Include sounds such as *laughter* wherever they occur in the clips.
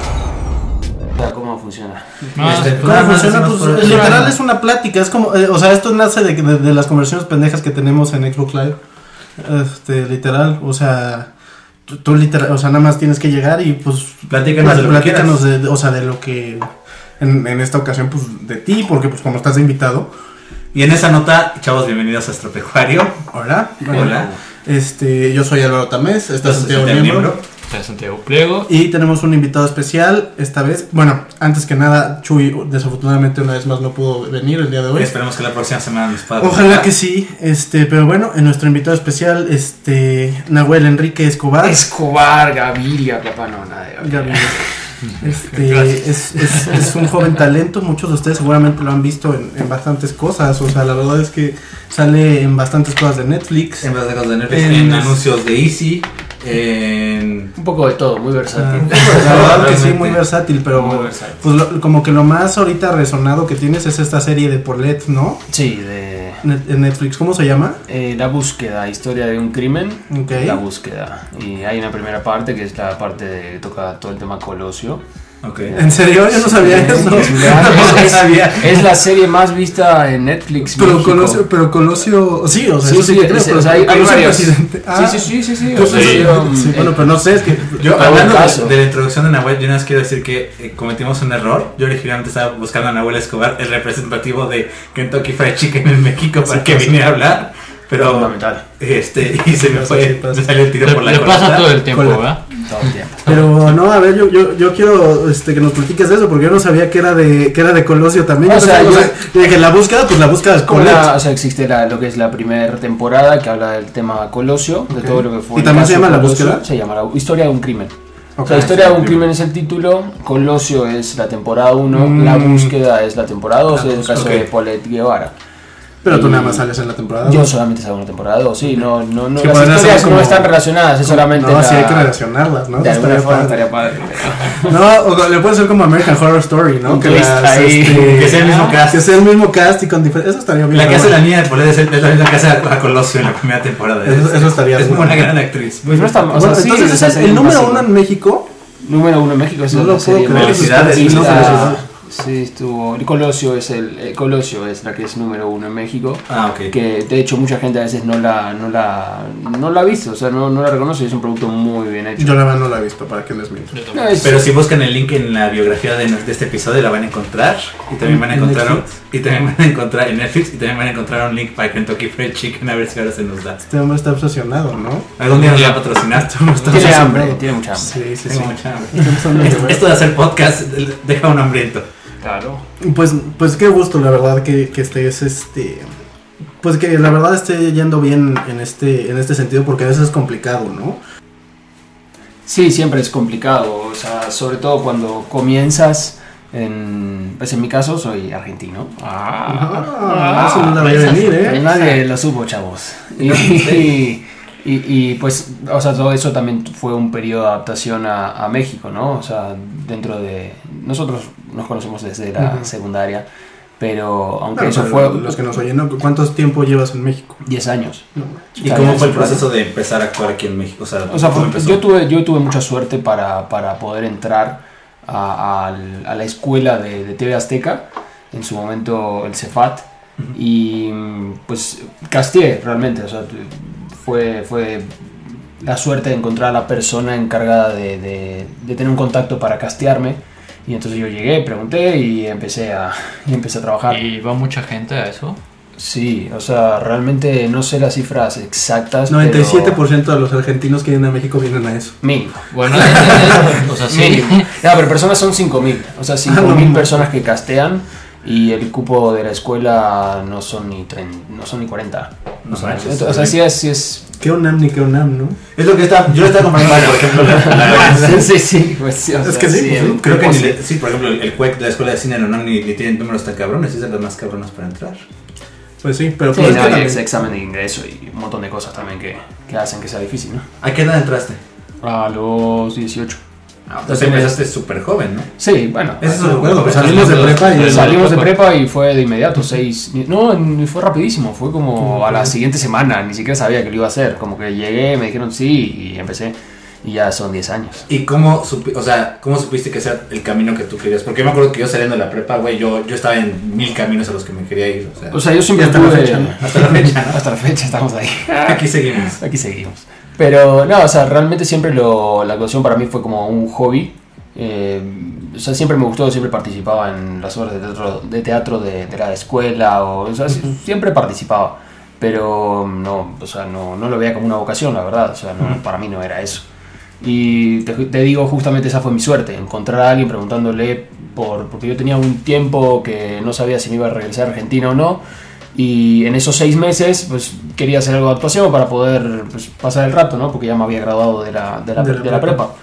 astro. ¿Cómo funciona? Ah, Este, ¿cómo nada más funciona? decimos Pues, por- literal es una plática, es como, eh, o sea, esto nace de, de- de las conversaciones pendejas que tenemos en Xbox Live. Este, literal, o sea, tú, tú literal, o sea, nada más tienes que llegar y pues Platícanos de lo que platícanos de- o sea, de lo que en, en esta ocasión pues de ti, porque pues como estás invitado. Y en esa nota, chavos, bienvenidos a Astropecuario. Hola. Hola. Este, yo soy Álvaro Tamés, estás Entonces, Santiago este Miembro. miembro. Está Santiago Pliego. Y tenemos un invitado especial esta vez. Bueno, antes que nada, Chuy desafortunadamente una vez más no pudo venir el día de hoy. Esperemos que la próxima semana nos pueda. Ojalá que sí, este, pero bueno, en nuestro invitado especial, este, Nahuel Enrique Escobar. Escobar, Gaviria, papá, no, nada de *laughs* Gabriel. Este, es, es- es un joven talento, muchos de ustedes seguramente lo han visto en, en bastantes cosas, o sea, la verdad es que sale en bastantes cosas de Netflix. En vez de cosas de Netflix, En- en, anuncios de Easy, en. Un poco de todo, muy O sea, versátil. Ah, la verdad que sí, Realmente. muy versátil, pero Muy versátil. pues lo- como que lo más ahorita resonado que tienes es esta serie de Porlet, ¿no? Sí, de Net- En Netflix, ¿cómo se llama? eh, La Búsqueda, historia de un crimen. Ok. La Búsqueda. Y hay una primera parte que es la parte de toca todo el tema Colosio. Eh, Ok. ¿En serio? Yo no sabía eso. Es, es- es- sabía. es la serie más vista en Netflix. Pero México. Colosio, pero Colosio, sí, o sea, Sí, eso sí, sí, que creo, es- pero o sea, hay, hay Colosio varios. presidente. Ah, sí, sí, sí, sí, sí. o tú- sea, sí, yo, sí, eh, bueno, pero no sé, es que Yo, Todo hablando el de- caso. de la introducción de Nahuel, yo nada más quiero decir que eh, cometimos un error. Yo originalmente estaba buscando a Nahuel Escobar, el representativo de Kentucky Fried Chicken en México, para que viniera a hablar. Pero, fundamental. este, y se me Eso sí fue, pasa. me salió el tiro por la Le pasa culata. todo el tiempo, Con la- ¿verdad? Todo el tiempo. Pero no, a ver, yo, yo, yo quiero este, que nos platiques de eso, porque yo no sabía que era de, que era de Colosio también. O Yo sea, pensaba, yo- yo dije, la búsqueda, pues la búsqueda es Como Colette. la- o sea, existe la- lo que es la primera temporada que habla del tema Colosio, de Ok. todo lo que fue. ¿Y el también se caso llama La Colosio. Búsqueda? Se llama la Historia de un Crimen. Ok. o sea, Historia de un Crimen es el título, Colosio es la temporada 1, Mm. La Búsqueda es la temporada 2, La es el búsqueda, caso ok. de Paulette Guevara. Pero tú nada más sales en la temporada. Yo dos. solamente salgo en la temporada 2, sí, no, no, no Sí, las podrían hacer historias como- no están relacionadas, es solamente No, la- sí hay que relacionarlas, ¿no? de Eso alguna estaría forma padre. estaría padre. No, o le puede ser como American Horror Story, ¿no? este, Un twist ahí. Que sea el mismo cast. Que sea el mismo cast y con diferentes. Eso estaría bien. La que bueno. hace la niña de Polet es, es la misma que hace a, a Colosio en la primera temporada. Eso- Es- eso estaría Es bueno. una gran actriz. Pues no está- o sea, Bueno, sí, entonces o es sea, el, sería el número fácil. uno en México. Número uno en México es No la lo puedo serie creer, más felicidades, vista. no, felicidades. Sí, estuvo. El Colosio es el, el Colosio es la que es número uno en México. Ah, ok. Que de hecho mucha gente a veces no la, no la, no la ha visto, o sea, no, no la reconoce. Es un producto muy bien hecho. Yo la verdad no la he visto, ¿para qué les miento? Yo también. No, es- Pero si buscan el link en la biografía de, de este episodio la van a encontrar y también van a ¿En encontrar un- Netflix? y también van a encontrar en Netflix y también van a encontrar un link para Kentucky Fried Chicken a ver si ahora se nos da. Este hombre está obsesionado, ¿no? *laughs* Algún día nos va a patrocinar. Tengo mucha tiene Entonces, hambre, no. tiene mucha hambre. Este, Sí, sí, sí. hambre. Esto- Esto de hacer podcast deja un hambriento. Claro. Pues, pues qué gusto, la verdad, que, que estés este. Pues que la verdad esté yendo bien en este, en este sentido, porque a veces es complicado, ¿no? Sí, siempre es complicado, o sea, sobre todo cuando comienzas. En, pues en mi caso soy argentino. Ah, eso no la voy a venir, Pero ¿eh? nadie lo supo, *laughs* chavos. Y, y, y, pues, o sea, todo eso también fue un periodo de adaptación a, a México, ¿no? O sea, dentro de... Nosotros nos conocemos desde la Ujú. secundaria, pero aunque Bueno, eso pero fue Los que nos oyen, ¿no? ¿cuántos tiempo llevas en México? 10 años. No. ¿Y cómo fue el proceso de empezar a actuar aquí en México? O sea, O sea, ¿cómo fue- empezó? yo, tuve, yo tuve mucha suerte para, para poder entrar a, al- a la escuela de, de TV Azteca, en su momento el Cefat, y mm, pues casteé realmente, o sea, tu- fue, fue la suerte de encontrar a la persona encargada de, de- de tener un contacto para castearme. Y entonces yo llegué, pregunté y empecé a, y empecé a trabajar. ¿Y va mucha gente a eso? Sí, o sea, realmente no sé las cifras exactas. pero- 97% de los argentinos que vienen a México vienen a eso. Mínimo. *laughs* Bueno, *laughs* o Ah, sea, sí. Mínimo. *laughs* No, pero personas son 5.000. O sea, 5.000 Ah, no. personas que castean y el cupo de la escuela no son ni, 30, no son ni 40. No o sea, manches, ent- o sea, sí es... Sí, es ¿Qué UNAM ni qué UNAM, no? Es lo que está, yo le estaba comparando, por ejemplo, la, la- *laughs* sí, sí, sí, *laughs* pues sí, o Es sea, que sí, pues sí. el Creo que cupo ni sí. le- sí, por ejemplo, el el CUEC de la Escuela de Cine no, no, ni, ni tienen números tan cabrones, es de los más cabrones para entrar. Pues sí, pero Sí, pues es no, que y también- ex- examen de ingreso y un montón de cosas también que, que hacen que sea difícil, ¿no? ¿A qué edad entraste? A los 18. Ah, pues empezaste súper joven, ¿no? Sí, bueno. Ese es a- el recuerdo. Pues ¿verdad? salimos de prepa y... Pues Salimos de Prepa. prepa y fue de inmediato, seis. ni- No, ni- fue rapidísimo, fue como a la siguiente semana, ni siquiera sabía que lo iba a hacer. Como que llegué, me dijeron sí y empecé. Y ya son 10 años. ¿Y cómo, supi- o sea, cómo supiste que ese era el camino que tú querías? Porque yo me acuerdo que yo saliendo de la prepa, güey, yo, yo estaba en mil caminos a los que me quería ir. O sea, O sea, yo siempre hasta la tuve- fecha, ¿no? hasta la fecha, *laughs* ¿no? Hasta la fecha estamos ahí. Aquí seguimos. Aquí seguimos. Pero no, o sea, realmente siempre lo- la actuación para mí fue como un hobby. Eh, o sea, siempre me gustó, siempre participaba en las obras de teatro de, teatro de, de la escuela, o, o sea, si- siempre participaba. Pero no, o sea, no, no lo veía como una vocación, la verdad. O sea, no, para mí no era eso. Y te, te digo, justamente esa fue mi suerte, encontrar a alguien preguntándole por... Porque yo tenía un tiempo que no sabía si me iba a regresar a Argentina o no. Y en esos seis meses, pues quería hacer algo de actuación para poder pues, pasar el rato, ¿no? Porque ya me había graduado de la, de la- De la de la prepa. prepa.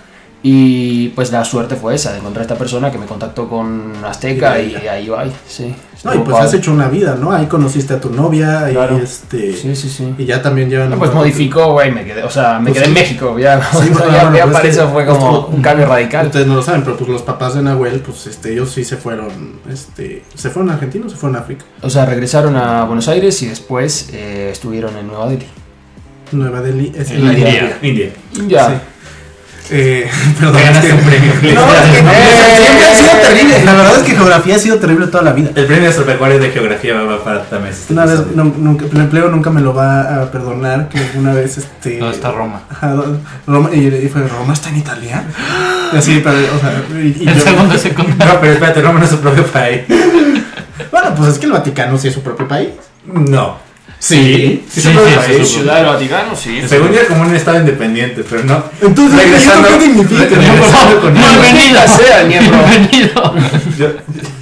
Y pues la suerte fue esa, de encontrar a esta persona que me contactó con Azteca Y y, de ahí ahí va, y- sí. No, y Estuvo pues padre. has hecho una vida, ¿no? Ahí conociste a tu novia Claro. y este. Sí, sí, sí. Y ya también llevan. No, pues modificó, güey, me quedé, o sea, me Pues quedé en sí. México, ya, Sí, *laughs* pues, o sea, claro, ya- bueno, ya pues, para es eso que- fue como pues, un cambio radical. Ustedes no lo saben, pero pues los papás de Nahuel, pues este, ellos sí se fueron. Este, ¿Se fueron a Argentina o se fueron a África? O sea, regresaron a Buenos Aires y después eh, estuvieron en Nueva Delhi. Nueva Delhi es En *laughs* la India. India. India. Ya. Eh, *laughs* perdón, Te es ganaste que- un premio. *laughs* *laughs* No, es que no, Eh. siempre ha sido terrible. La verdad es que geografía ha sido terrible toda la vida. El premio Agropecuario de Geografía va para también. este Una vez, episodio. no- nunca, el empleo nunca me lo va a perdonar. Que una vez, este. ¿Dónde está Roma? Ajá, do- Roma, y, y fue, ¿Roma está en Italia? Y así, pero, o sea, y- y El yo- segundo es secundario. No, pero espérate, Roma no es su propio país. Bueno, pues es que el Vaticano sí es su propio país. No. Sí. *laughs* Sí, Sí, sí, sí, sí, sí, sí. sí. eh, del Vaticano? Sí. Según yo, era como un estado independiente, pero no. Entonces, Regresando- ¿esto qué significa? regresando con Bienvenida sea, miembro. Bienvenido. *laughs* Yo-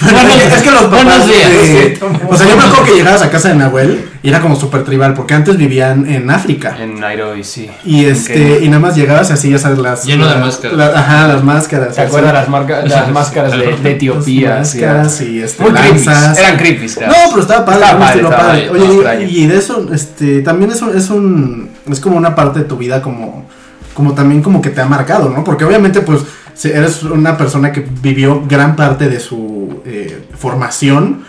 Buenos- es que los papás buenos días. de- Sí, tomo- o sea, yo me acuerdo que llegabas a casa de Nahuel y era como súper tribal, porque antes vivían en África. En Nairobi, sí. Y este, Ok. y nada más llegabas así, ya sabes, las. Lleno de la- máscaras. la- ajá, las máscaras. ¿Se acuerdan las, marca- las máscaras de, de Etiopía? Las sí, máscaras y este, Muy lanzas. creepies. Eran creepies, No, pero estaba Estaba padre, era un padre, estilo estaba padre. padre, estaba Oye, extraño. y, y de eso, este, también es un, es un, es como una parte de tu vida como, como también como que te ha marcado, ¿no? Porque obviamente, pues, si eres una persona que vivió gran parte de su eh, formación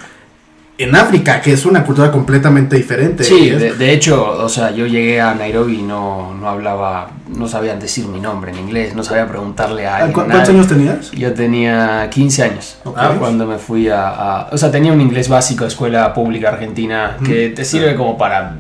en África, que es una cultura completamente diferente. Sí, Es- de, de hecho, o sea, yo llegué a Nairobi y no, no hablaba, no sabían decir mi nombre en inglés, no sabía preguntarle a Ah, ¿Cu- alguien. ¿Cuántos nada. años tenías? Yo tenía 15 años Ok. ah, cuando me fui a, a- O sea, tenía un inglés básico de escuela pública argentina que te sirve como para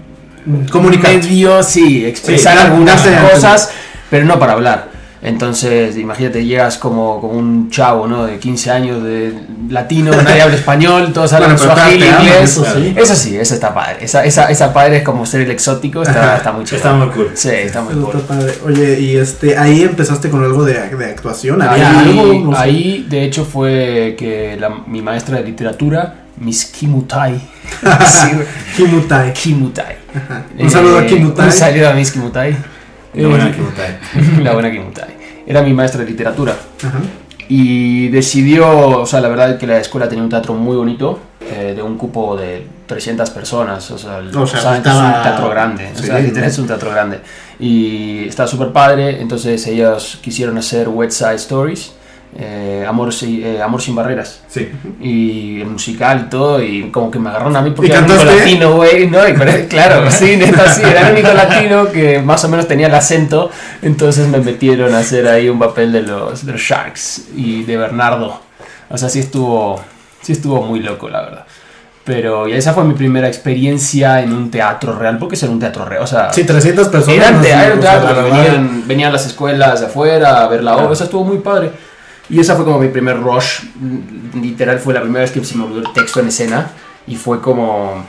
Comunicar. medio, sí, expresar Sí, algunas darse a cosas, pero no para hablar. Entonces, imagínate, llegas como, como un chavo, ¿no? De 15 años, de *laughs* latino, nadie habla español, todos hablan Bueno, pero suajili, te aman, inglés. eso sí. Eso sí, eso está padre. Esa, esa, esa padre es como ser el exótico, está, está muy chido. Está muy cool. Sí, está muy Eso cool. está padre. Oye, y este, ahí empezaste con algo de, de actuación, había ahí, algo, no sé. ahí, de hecho, fue que la- mi maestra de literatura, Miss *laughs* Kimutai. sí, *laughs* güey, Kimutai. Kimutai. Un saludo a Eh, Kimutai. Eh, Un saludo a Miss Kimutai. No, bueno, aquí no está. *laughs* La buena Kimutai. Era mi maestra de literatura. Ajá. Y decidió, o sea, la verdad que la escuela tenía un teatro muy bonito, eh, de un cupo de 300 personas, o sea, el- O sea, saben que es estaba- un teatro grande, Sí, o sea, que ¿no? tenés un teatro grande. Y está súper padre, entonces ellos quisieron hacer West Side Stories, eh, Amor, si- eh, Amor sin barreras. Sí. Y el musical y todo, y como que me agarraron a mí porque ¿Y era el único cantaste? latino, güey, ¿no? Y pero, *laughs* claro, sí, neta, sí, era el único latino que más o menos tenía el acento, entonces me metieron a hacer ahí un papel de los, de los Sharks y de Bernardo. O sea, sí estuvo, sí estuvo muy loco, la verdad. Pero y esa fue mi primera experiencia en un teatro real, porque eso era un teatro real, o sea... Sí, 300 personas. Era no un sé, teatro, o sea, la verdad. venían, venían las escuelas de afuera a ver la obra, eso estuvo muy padre. Y esa fue como mi primer rush, mm, literal fue la primera vez que se me olvidó el texto en escena y fue como...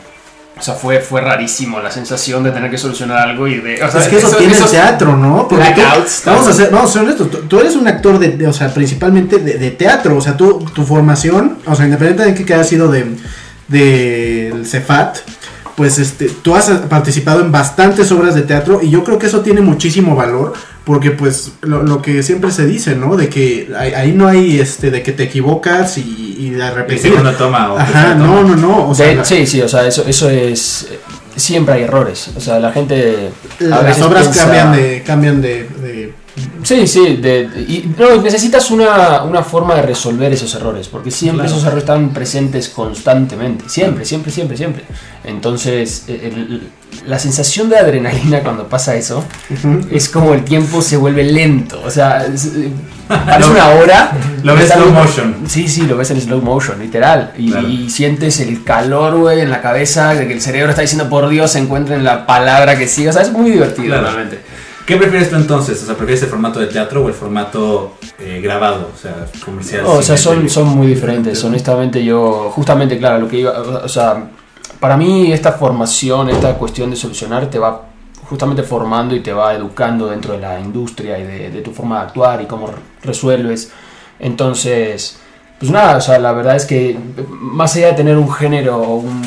O sea, fue, fue rarísimo la sensación de tener que solucionar algo y de... O sea, es que eso, tiene el esos- teatro, ¿no? Porque tú- blackouts, vamos a ¿no? ser, vamos a ser honestos, tú, tú eres un actor de, de- o sea, principalmente de, de teatro, o sea, tú, tu formación, o sea, independientemente de que haya sido de del Cefat, pues este, tú has participado en bastantes obras de teatro y yo creo que eso tiene muchísimo valor porque pues lo, lo que siempre se dice, ¿no? De que ahí, ahí no hay este de que te equivocas y, y de Y repetir. segunda toma. O Ajá, tercera no, no, toma. no, o sea, De- la- sí, sí, o sea, eso, eso es... Siempre hay errores, o sea, la gente... a las veces obras piensa- cambian de cambian de- de Sí, sí, de, y, no, necesitas una, una forma de resolver esos errores, porque siempre Claro. esos errores están presentes constantemente, siempre, siempre, siempre, siempre. Entonces, eh, el- el- la sensación de adrenalina cuando pasa eso Ujú. es como el tiempo se vuelve lento. O sea, es- parece una hora. Lo ves Está slow bien- motion. Sí, sí, lo ves en slow motion, literal. Y, Claro. y sientes el calor, güey, en la cabeza, de que el cerebro está diciendo, por Dios, encuentren la palabra que siga. O sea, es muy divertido, Claro. realmente. ¿Qué prefieres tú entonces? O sea, ¿prefieres el formato de teatro o el formato eh, grabado? O sea, comercial. Oh, o sea, cine, son, tele? son muy diferentes. Honestamente, yo, justamente, claro, lo que iba, o sea, para mí esta formación, esta cuestión de solucionar te va justamente formando y te va educando dentro de la industria y de, de tu forma de actuar y cómo re- resuelves. Entonces, pues nada, o sea, la verdad es que más allá de tener un género, o un,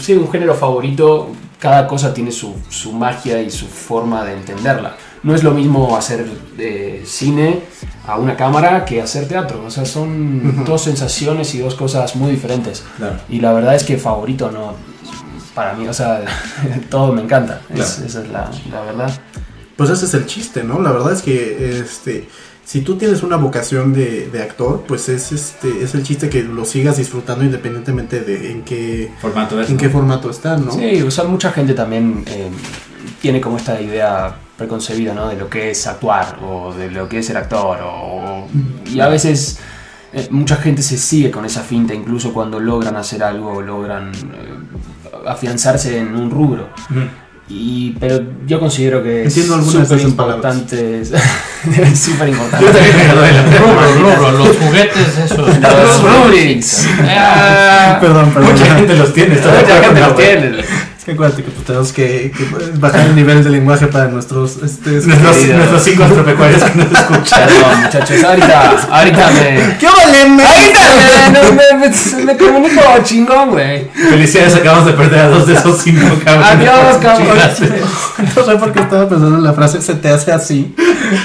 sí, un género favorito, cada cosa tiene su, su magia y su forma de entenderla. No es lo mismo hacer eh, cine a una cámara que hacer teatro. O sea, son dos sensaciones y dos cosas muy diferentes. Claro. Y la verdad es que favorito no. Para mí, o sea, *laughs* todo me encanta. Es- Claro. esa es la, la verdad. Pues ese es el chiste, ¿no? La verdad es que este si tú tienes una vocación de, de actor, pues es este es el chiste que lo sigas disfrutando independientemente de en qué Formato es. en qué formato está, ¿no? Sí, o sea, mucha gente también eh, tiene como esta idea preconcebida, ¿no? De lo que es actuar o de lo que es ser actor. o- Y a veces eh, mucha gente se sigue con esa finta, incluso cuando logran hacer algo, o logran eh, afianzarse en un rubro. Y, pero yo considero que Entiendo es algunas de súper esas palabras. importante. Es *laughs* súper importante. Rubro, rubro, los juguetes *laughs* esos. *laughs* Los Rubrics. Ah, Perdón, perdón. Mucha gente *laughs* los tiene. ¿estás de mucha gente acuerdo? los No, tiene. Es que acuérdate que pues, tenemos que, que, pues, bajar el nivel de lenguaje para nuestros este, Nuestros, Querido. nuestros cinco agropecuarios que nos escuchan. *laughs* Perdón, muchachos. Ahorita, ahorita me. ¿Qué vale? me- *laughs* Ahorita me, me, me, me comunico chingón, güey. Felicidades, acabamos de perder a dos de esos cinco cabrones. Adiós, cabrón. *laughs* No sé por qué estaba pensando en la frase se te hace así.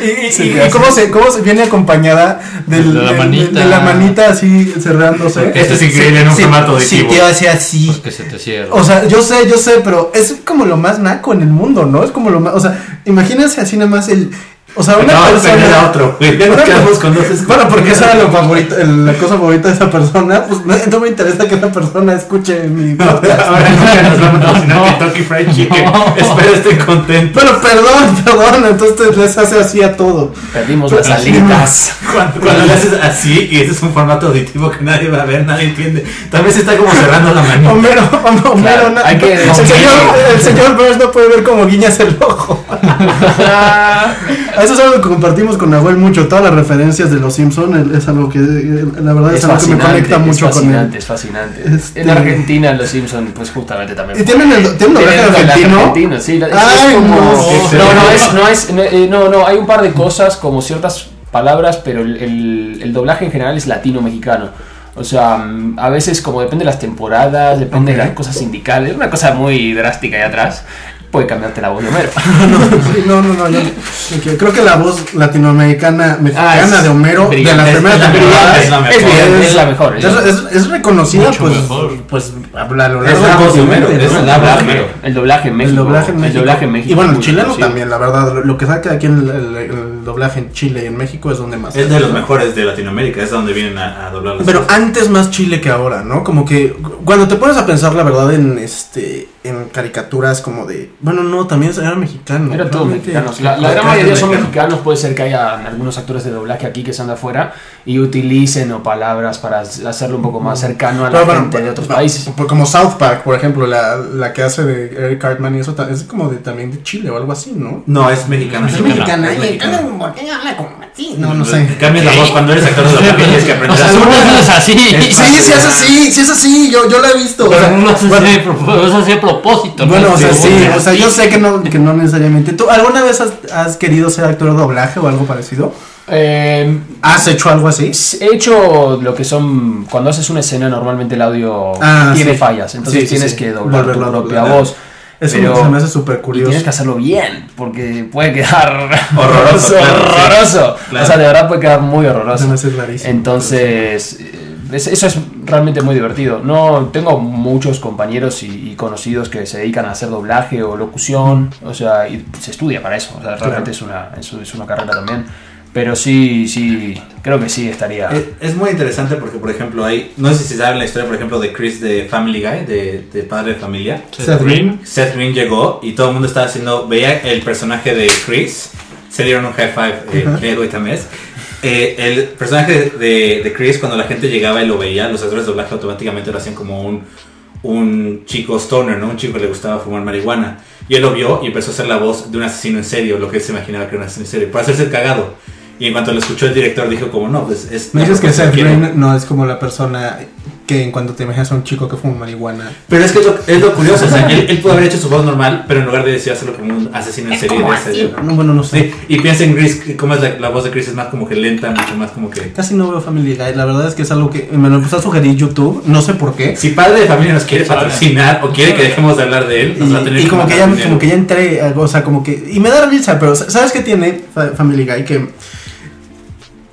Y, y- Se te y hace. cómo se cómo se viene acompañada del- De la del- manita. de la manita así cerrándose. Esto este es increíble en un formato de Si te hace así. Que se te cierra. O sea, yo sé, yo sé, pero es como lo más naco en el mundo, ¿no? Es como lo más, o sea, imagínense así nada más el, o sea, una Acabamos de perder a persona. *laughs* otro. güey. Ya nos Una- quedamos con dos escuchas. Bueno, porque esa era lo favorito, el- la cosa favorita de esa persona, pues no, no me interesa que esa persona escuche *laughs* mi podcast. Ahora nunca nos vamos a cocinar Kentucky Fried Chicken. Espero estén contentos. Pero perdón, perdón, entonces les hace así a todo. Perdimos las alitas. Cuando, cuando le haces así, y ese es un formato auditivo que nadie va a ver, nadie entiende. Tal vez está como cerrando la manita. Homero, *laughs* Homero, Claro, na- hay *laughs* que- el, señor, el señor Burns no puede ver cómo guiñas el ojo. *laughs* Eso es algo que compartimos con Nahuel mucho. Todas las referencias de los Simpsons es algo que, eh, la verdad, es, algo que me conecta mucho es con fascinante, él. es fascinante. Este- En Argentina, los Simpsons, pues justamente también. Y tienen el, tienen el Tienen doblaje doblaje argentino. argentino, sí, la- es- Ay, es como- no. Qué no, no, excelente. es, no, es, no, eh, no, no, hay un par de cosas como ciertas palabras, pero el, el- el doblaje en general es latino-mexicano. O sea, mm, a veces como depende de las temporadas, depende de las cosas sindicales, una cosa muy drástica ahí atrás, puede cambiarte la voz de Homero. *laughs* Sí, no, no, no. Yo, yo creo que la voz latinoamericana, mexicana es de Homero, de brillante, la primera Ah, es la *laughs* temporada, mejor, es la mejor. brillante, es la mejor. Es, es- es reconocida, Mucho pues, mejor. pues, a lo largo Es la del voz de Homero, continente, es ¿no? la El doblaje. doblaje- El doblaje en México. el doblaje en México. doblaje en México Y bueno, el muy chileno reconocido. también, la verdad. Lo que saca aquí el, el- el doblaje en Chile y en México es donde más. Es de los mejores de Latinoamérica, es donde vienen a, a doblar las Pero cosas. antes más Chile que ahora, ¿no? Como que cuando te pones a pensar, la verdad, en este en caricaturas como de. Bueno, no, también era mexicano. Era todo realmente. mexicanos. La, la gran Acá mayoría son mexicano. mexicanos. Puede ser que haya algunos actores de doblaje aquí que se andan afuera y utilicen o palabras para hacerlo un poco más cercano a la Pero bueno, gente de otros pa- países. pa- Como South Park, por ejemplo, la, la que hace de Eric Cartman y eso ta- es como de también de Chile o algo así, ¿no? No, es mexicana. Es mexicana, Es mexicana. No, no sé. Cambias la voz cuando eres actor *laughs* de doblaje tienes que O aprender sea, a hacer- uno es así. Es Sí, sí es así, sí es así, yo, yo la he visto. o sea, Pero uno es bueno, así, pero es así a propósito. ¿no? Bueno, o sea, Que sí, uno- o sea, yo sé que no, que no necesariamente. ¿Tú alguna vez has, has querido ser actor de doblaje o algo parecido? Eh, ¿Has hecho algo así? he hecho lo que son. Cuando haces una escena, normalmente el audio Ah, tiene sí. fallas. Entonces Sí, sí, tienes sí. que doblar Volverlo tu a propia doblar. voz. Eso Pero- se me hace súper Y tienes que curioso. hacerlo bien, porque puede quedar *laughs* *laughs* Horroroso, claro, sí. horroroso. Claro. O sea, de verdad puede quedar muy Se horroroso. me hace rarísimo. Entonces, eh, es- eso es realmente muy divertido. No tengo muchos compañeros y, y conocidos que se dedican a hacer doblaje o locución, o sea, y se estudia para eso. O sea, realmente es, una, es, es una carrera también. Pero sí, sí, creo que sí estaría. Es, Eh, es muy interesante porque, por ejemplo, hay. No sé si saben la historia, por ejemplo, de Chris de Family Guy, de, de Padre de Familia. Seth Green. Seth Green llegó y todo el mundo estaba haciendo. Veía el personaje de Chris. Se dieron un high five, eh, Lego y también es. Eh, el personaje de, de Chris, cuando la gente llegaba y lo veía, los actores de doblaje automáticamente lo hacían como un, un chico stoner, ¿no? Un chico que le gustaba fumar marihuana. Y él lo vio y empezó a hacer la voz de un asesino en serio, lo que él se imaginaba que era un asesino en serio, para hacerse el cagado. Y en cuanto lo escuchó el director, dijo como, no, pues es... Me dices que es Seth Green no es como la persona que en cuanto te imaginas a un chico que fuma marihuana. Pero es que es lo, es lo curioso, *laughs* o sea, él, él pudo haber hecho su voz normal, pero en lugar de decir hacerlo como un asesino en serie, de serio. No, bueno, no sé. Sí, y piensa en Chris, como es la, la voz de Chris, es más como que lenta, mucho más como que... Casi no veo Family Guy, la verdad es que es algo que me lo empezó a sugerir YouTube, no sé por qué. Si padre de familia nos quiere patrocinar o quiere que dejemos de hablar de él, nos va a tener Y, y como que ya mandar dinero. como que ya entré, eh, o sea, como que y me da risa, pero sa- ¿sabes qué tiene Fa- Family Guy que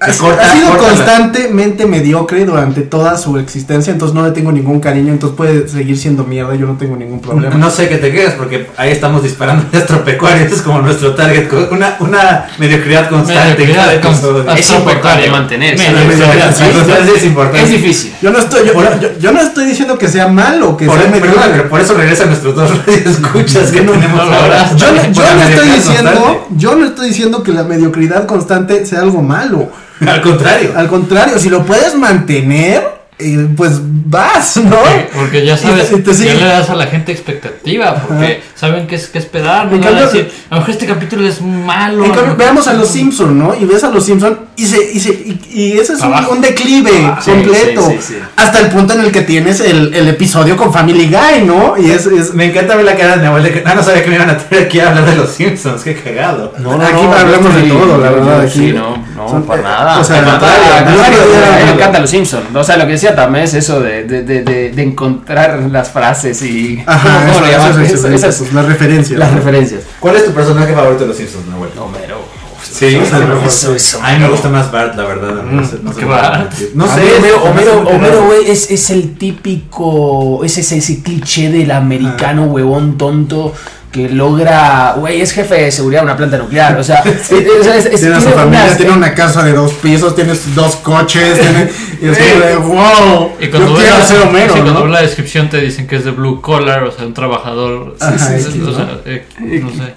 ha, Se corta- ha sido corta la- constantemente mediocre durante toda su existencia, entonces no le tengo ningún cariño, entonces puede seguir siendo mierda, yo no tengo ningún problema. No sé qué te quejas porque ahí estamos disparando a estropecuarios es como nuestro target, co- una, una mediocridad constante. Mediocridad cada con- episodio. Es es importante importante. mantenerse. Menos. Mediocridad, sí, entonces es importante. Es difícil. Yo no estoy yo, yo- yo no estoy diciendo que sea malo o que Por, sea perdón, mediocre. pero por eso regresan nuestros dos *laughs* escuchas que tenemos no, ahora. Yo, no- yo Por la no estoy mediocridad diciendo, constante. yo no estoy diciendo que la mediocridad constante sea algo malo. Al contrario. *laughs* Al contrario, si lo puedes mantener, eh, pues vas, ¿no? Porque ya sabes, Y te- y te sigue- ya le das a la gente expectativa, porque saben qué es que esperar, no En van a cambio- decir, a lo mejor este capítulo es malo. En cambio, lo veamos a mejor- los Simpson, ¿no? Y ves a los Simpson y se, y se- y- y ese es un, Abajo. Ah, un declive sí, completo. sí, sí, sí. Hasta el punto en el que tienes el, el episodio con Family Guy, ¿no? Y es, es- Me encanta ver la cara de mi abuela. que- Ah, no sabía que me iban a tener aquí a hablar de los Simpsons. Qué cagado. No, no, aquí no, hablamos yo de estoy- todo, la yo- verdad. yo aquí. Sí, no, no, Son- para eh, nada. O sea, Al contrario, ah, al contrario, ah, a mí me ah, encantan los Simpsons. O sea, lo que decía también es eso de, de, de, de- de encontrar las frases y Ajá, ¿cómo lo eso- llamaste? eso es Esas- excelente, esas- pues, las referencias. las referencias. ¿Cuál es tu personaje favorito de los Simpsons, mi abuela? Homero. Sí, Eso, a lo mejor. eso, eso. A mí me gusta más Bart, la verdad. No sé, no sé. ¿Qué Bart? No A sé, mí Homero, es- Homero, no sé, Homero, güey, es, es el típico, es ese, ese cliché del Ah. americano huevón tonto que logra, güey, es jefe de seguridad de una planta nuclear, o *laughs* sea, es- es- es- Tiene tiene a su familia, unas- tiene una casa de dos pisos, tienes dos coches, tiene, y es como de wow. Y yo cuando, ves quiero la, ser Homero, sí, cuando ¿no? ves la descripción te dicen que es de blue collar, o sea, un trabajador. Ajá, sí, X, o ¿no? sea, eh, no sé.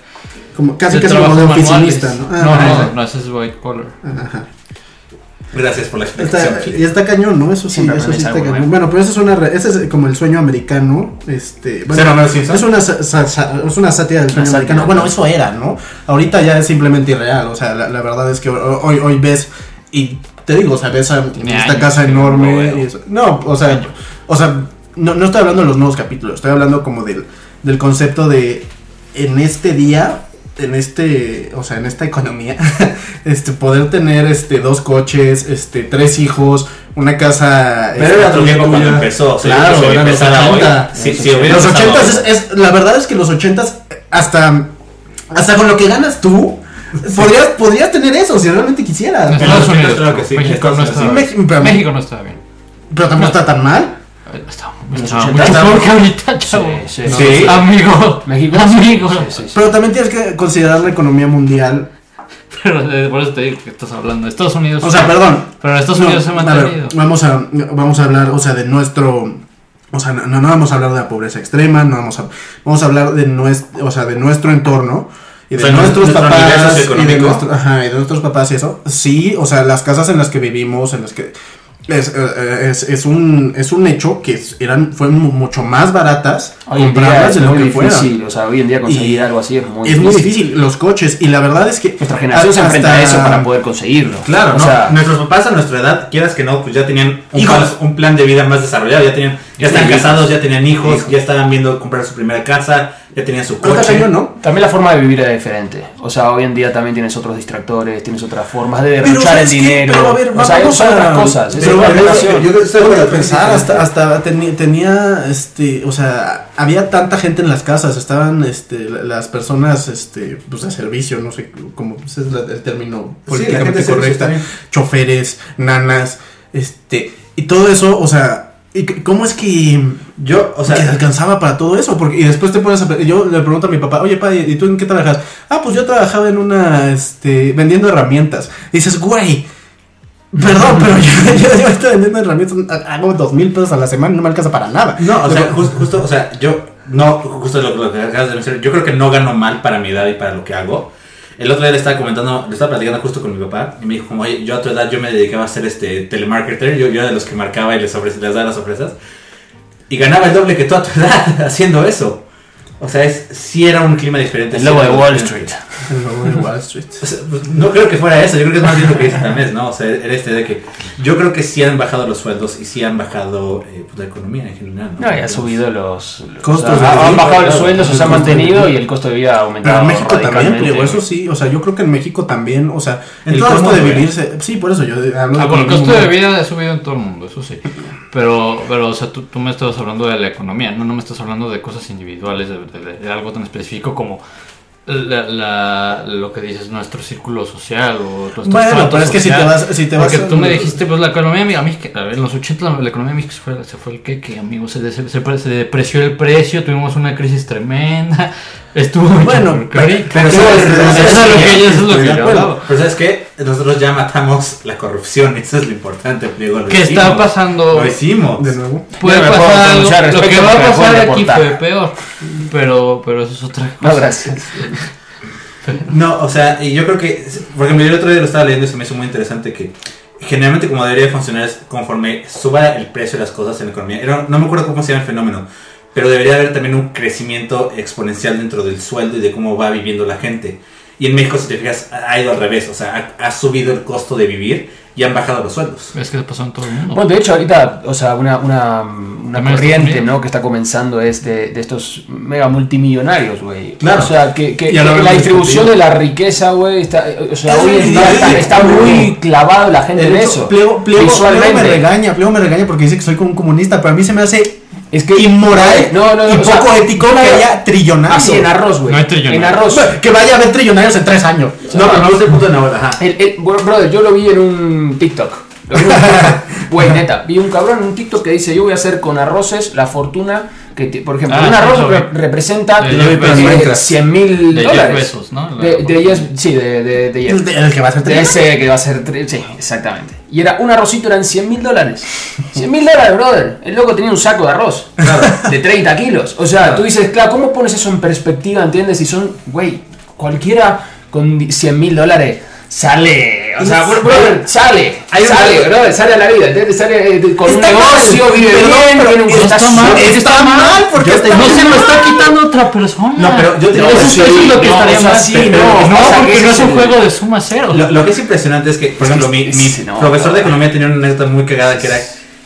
Como, casi de casi como trabajos de manuales. oficinista, ¿no? no, Ah, no, no, ese es white collar. Ajá. Gracias por la explicación. Está, y está cañón, ¿no? Eso sí, Siempre eso sí aprendes está algo cañón. nuevo. Bueno, pero eso es una re- ese es como el sueño americano, este, bueno, ¿Ser Homero Simpson? es una sa- sa- sa- es una sátira del sueño sátira. americano. Bueno, eso era, ¿no? Ahorita ya es simplemente irreal, o sea, la, la verdad es que ho- hoy hoy ves y te digo, o sea, ves a Tiene esta años casa que no lo enorme veo. y eso. No, o sea, o sea, no, no estoy hablando de los nuevos capítulos, estoy hablando como del del concepto de en este día en este, o sea, en esta economía, *laughs* este, poder tener, este, dos coches, este, tres hijos, una casa. este, Pero era otro tiempo cuando tuya. empezó. O sea, Claro, yo creo que si eran los empezara hoy. 80. Si, si hubiera Los empezado ochentas hoy- es, es- la verdad es que los ochentas, hasta, hasta con lo que ganas tú, podrías, podrías tener eso si realmente quisieras. Claro. Estados los Unidos. Estados Unidos, no. México claro no que sí. estaba México- pero- bien. México no estaba bien. Pero tampoco está tan mal. Eh, Estaba, Los estaba 80 mucho estaba- peor que ahorita, chavo. Sí, sí. Sí. Amigo. *laughs* *laughs* México. Amigo. Sí, sí, sí. Pero también tienes que considerar la economía mundial. Pero eh, por eso te digo que estás hablando. de Estados Unidos. O sea, perdón, Pero en Estados No, Unidos se ha a ver, mantenido. vamos, a, vamos a hablar, o sea, de nuestro... O sea, no, no vamos a hablar de la pobreza extrema, no vamos a... Vamos a hablar de nuestro, o sea, de nuestro entorno. Y O de sea, nuestros nuestro nivel papás. Y de, socioeconómico. nuestro- ajá, y de nuestros papás y eso. Sí, o sea, las casas en las que vivimos, en las que... Es, eh, es, es un, es un hecho que es- eran, fueron mu- mucho más baratas Hoy en día comprarlas es de lo muy que fueran. difícil, o sea, hoy en día conseguir Y- algo así es muy Es difícil. muy difícil, los coches. Y la verdad es que... Nuestra generación se hasta- enfrenta a eso para poder conseguirlo. Claro, o ¿no? sea, nuestros papás a nuestra edad, quieras que no, pues ya tenían un, Hijos. plan, un plan de vida más desarrollado, ya tenían, ya estaban Hijos. casados, ya tenían hijos, Hijos. ya estaban viendo comprar su primera casa, ya tenían su Pero está coche. cañón, ¿no? También la forma de vivir era diferente. O sea, hoy en día también tienes otros distractores, tienes otras formas de Pero, derrochar el ¿sabes qué? dinero. Pero, a ver, o sea, vamos son a- otras cosas. Es pero otra a ver, generación. yo- estoy de Ponte a acuerdo. pensar, hasta, hasta teni- tenía, este, o sea, había tanta gente en las casas, estaban, este, la- las personas, este, pues de servicio, no sé, cómo ese es la- el término Sí, la gente de políticamente servicio correcta, también. choferes, nanas, este, y todo eso, o sea, ¿Y c- cómo es que, Yo, o sea, que alcanzaba para todo eso? Porque, y después te pones a... pe- Yo le pregunto a mi papá, oye, pa, ¿y tú en qué trabajas? Ah, pues yo trabajaba en una, este, vendiendo herramientas. Y dices, güey, perdón, pero yo, *laughs* yo, yo estoy vendiendo herramientas, hago dos mil pesos a la semana y no me alcanza para nada. No, o sea, jus- justo, o sea, yo no, justo lo, lo que acabas de mencionar, yo creo que no gano mal para mi edad y para lo que hago. El otro día le estaba comentando, le estaba platicando justo con mi papá y me dijo como, oye, yo a tu edad yo me dedicaba a ser este telemarketer, yo, yo era de los que marcaba y les, ofrece- les daba las ofrendas y ganaba el doble que tú a tu edad *laughs* haciendo eso. O sea, es, sí era un clima diferente. El sí lobo de era Wall diferente. Street. El lobo de Wall Street. O sea, pues, no creo que fuera eso, yo creo que es más bien lo que dice también, ¿no? O sea, era este de que yo creo que sí han bajado los sueldos y sí han bajado eh, pues, la economía en general. No, No, y ha Entonces, subido los... los- Costos o sea, de han vida, bajado los claro. sueldos, o se ha El costo de mantenido vida. y el costo de vida ha aumentado Pero en México también, radicalmente, pero eso güey. sí, o sea, yo creo que en México también, o sea, en En todo todo esto de mundo, vivirse, sí, por eso yo de- hablo Ah, de bueno, el costo consumo. de vida ha subido en todo el mundo, eso sí. Pero, pero o sea, tú, tú me estás hablando de la economía, no, no me estás hablando de cosas individuales, de, de- de algo tan específico como la- la- lo que dices, nuestro círculo social o tu Bueno, estrato pero es que si te social. vas, si te vas Porque a- tú me dijiste, pues la economía mi- a mí, que- a ver, en los 80 la, la economía mexicana se fue, se fue el que, que amigo, se, des- se, pre- se depreció el precio, tuvimos una crisis tremenda, *laughs* estuvo Bueno, pero, pero- eso es lo que yo, eso es lo que yo hablaba. Pero sabes qué, nosotros ya matamos la corrupción, eso es lo importante, Diego. lo ¿Qué está hicimos. pasando? Lo hicimos. de nuevo. Puede Yo no me puedo pasar algo. pronunciar al Lo que respecto, va a pero pasar puedo aquí reportar. fue peor. Pero, pero eso es otra cosa. No, gracias. No, o sea, y yo creo que, por ejemplo, yo el otro día lo estaba leyendo y se me hizo muy interesante que generalmente como debería funcionar es conforme suba el precio de las cosas en la economía. Era- no me acuerdo cómo se llama el fenómeno, pero debería haber también un crecimiento exponencial dentro del sueldo y de cómo va viviendo la gente. Y en México, si te fijas, ha ido al revés, o sea, ha, ha subido el costo de vivir y han bajado los sueldos. Es que se pasó en todo el mundo. Bueno, de hecho, ahorita, o sea, una, una, una También corriente, Estados ¿no? Que está comenzando es de, de estos mega multimillonarios, güey. Claro. O sea, que, que- Y a la que vez la muy distribución de la riqueza, güey, está, o sea, este Es hoy en día está, evidente, está güey. muy clavado la gente en eso. Pliego, Pliego- Pliego visualmente. me regaña, Pliego me regaña porque dice que soy como un comunista, pero a mí se me hace Es que inmoral No, no, no, y o poco sea, ético que claro. haya trillonarios. Así en arroz, güey. No hay en trillonarios. arroz. Bueno, Que vaya a haber trillonarios en tres años. No, pero no gusta el punto de Navarra, ajá. El, el- bro- brother, yo lo vi en un TikTok. Lo *laughs* vi en un TikTok. Güey, neta, vi un cabrón en un TikTok que dice, yo voy a hacer con arroces la fortuna que, ti- por ejemplo, Ah, un sí, arroz lo vi. re- representa Sí, lo vi, pero no eh, entras. 100 mil De dólares. Jeff Bezos, ¿no? De, de Jeff, sí, de, de, de Jeff. El que va a ser De trillonario. ese que va a ser... tri- Sí, exactamente. Y era un arrocito, eran 100 mil dólares. 100 mil dólares, brother. El loco tenía un saco de arroz. De 30 kilos. O sea, tú dices, claro, ¿cómo pones eso en perspectiva, entiendes? Si son, güey, cualquiera con 100 mil dólares sale. O sea, bro- brother, sale. Hay un- sale, brother, sale a la vida. ¿entiendes? Sale eh, con un Está mal, negocio, vive perdón, bien, pero tiene un está mal, súper- está mal, porque Yo está te- No se lo mal. está quitando otra persona. No, pero yo te- Eso no, es- sí, eso es lo que no, estaría o sea, mal. sí, Pero- no, no, o sea, porque ese no es es un el- juego de suma cero. Lo, lo que es impresionante es que, por ejemplo, mi, mi Sí, no, profesor no. de economía tenía una anécdota muy cagada que era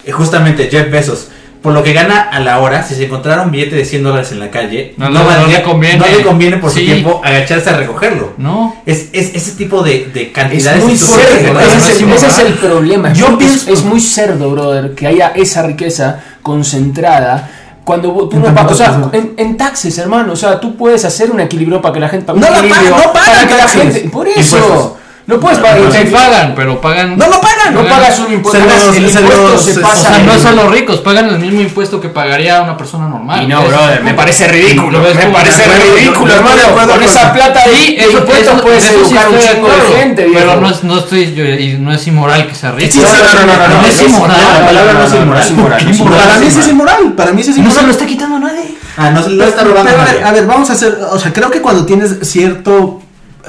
eh, justamente Jeff Bezos. Por lo que gana a la hora, si se encontrara un billete de 100 dólares en la calle, No, no, no le conviene. no le conviene por Sí. su tiempo agacharse a recogerlo. No. Es, es ese tipo de, de Es cantidades. muy estúpidas que cerdo, no ese es el, hacen ese es nada. el problema. Es Yo muy- pienso- es muy cerdo, brother, que haya esa riqueza concentrada. Cuando vos- tú En no pagas, o tantas sea, cosas. en, en taxes, hermano, o sea, tú puedes hacer un equilibrio para que la gente pague. No un la pagan, equilibrio no pagan para que la taxes. gente. Por eso. Impuestos. No puedes pagar. Pero impuestos. sí pagan, pero pagan. No, no pagan. No pagas un impuesto. Se pagas los- el se impuesto los- se se- O pasa. sea, no en- es a los ricos, pagan el mismo impuesto que pagaría una persona normal. Y no, Es- brother, me parece ridículo. Lo ves Me como- parece de acuerdo, ridículo, yo- yo hermano. de acuerdo con con- esa plata ahí, Sí, de eso- impuestos eso- puedes eso sí educar a un estoy de chingo de acuerdo, gente, viejo. Pero no, es, no estoy yo- y no es inmoral que sea rico. Sí, sí, sí, no, no, no, no, no, es no, inmoral. no, no, no, no, no, no, no, es inmoral, no es inmoral. Para Inmoral. mí ese es inmoral, para mí ese es No se inmoral. lo está quitando a nadie. Ah, no, se- no está robando. Pero, a, ver, nadie. a ver, vamos a hacer, o sea, creo que cuando tienes cierto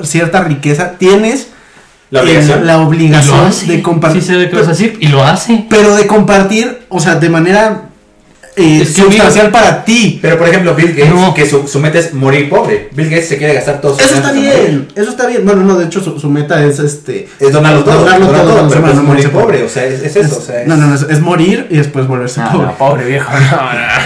cierta riqueza, tienes La eh, obligación. la obligación de de compartir. Ah, Sí, se ve que lo vas a decir. Y lo hace. pero de compartir, o sea, de manera eh, Es que sustancial para ti. Pero, por ejemplo, Bill Gates, No. que su, su meta es morir pobre. Bill Gates se quiere gastar todo su Eso está dinero en morir. bien, eso está bien. Bueno, no, de hecho su, su meta es este Es donarlo todo. Donarlo todo, no, pero no, pues no, morir no, pobre. O sea, es, es eso. o sea, es- No, no, no, es, Ah, pues, es morir y después volverse No, pobre. Ah, no, pobre viejo. No, no,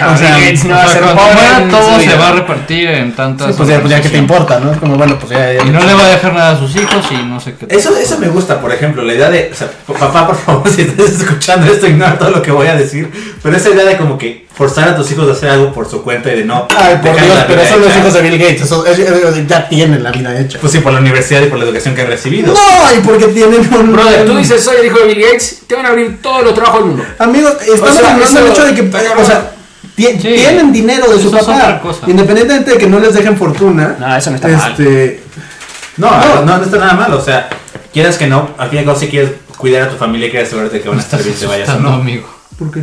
no. O sea, Gates no *laughs* O va a sea, ser cuando pobre muera, en todo su se vida. va a repartir en tantas. Sí, pues ya, pues ya que te importa, ¿no? Es como, bueno, pues ya, ya- Y no le va a dejar nada a sus hijos y no sé qué. Eso, eso me gusta, por ejemplo, la idea *laughs* de. O sea, p- papá, por favor, si estás escuchando esto, ignora todo lo que voy a decir. Pero esa idea de como que de forzar a tus hijos a hacer algo por su cuenta y de no. Ay, por dejar Dios, la pero vida son los hecha. hijos de Bill Gates. Eso, es- es- ya tienen la vida hecha. Pues sí, por la universidad y por la educación que han recibido. No, y porque tienen un. Brother, tú dices soy el hijo de Bill Gates, te van a abrir todos los trabajos del mundo. Amigos, estamos O sea, hablando del eso- hecho de que. O sea, ti- Sí. tienen dinero de su Eso es papá. otra cosa. Independientemente de que no les dejen fortuna. No, eso no está mal. este, No, no, no, está nada mal. O sea, quieras que no, al fin y al cabo, si quieres cuidar a tu familia y quieres asegurarte que van a estar Estás bien, te vayas o asustando, no. amigo. *laughs* ¿Por qué?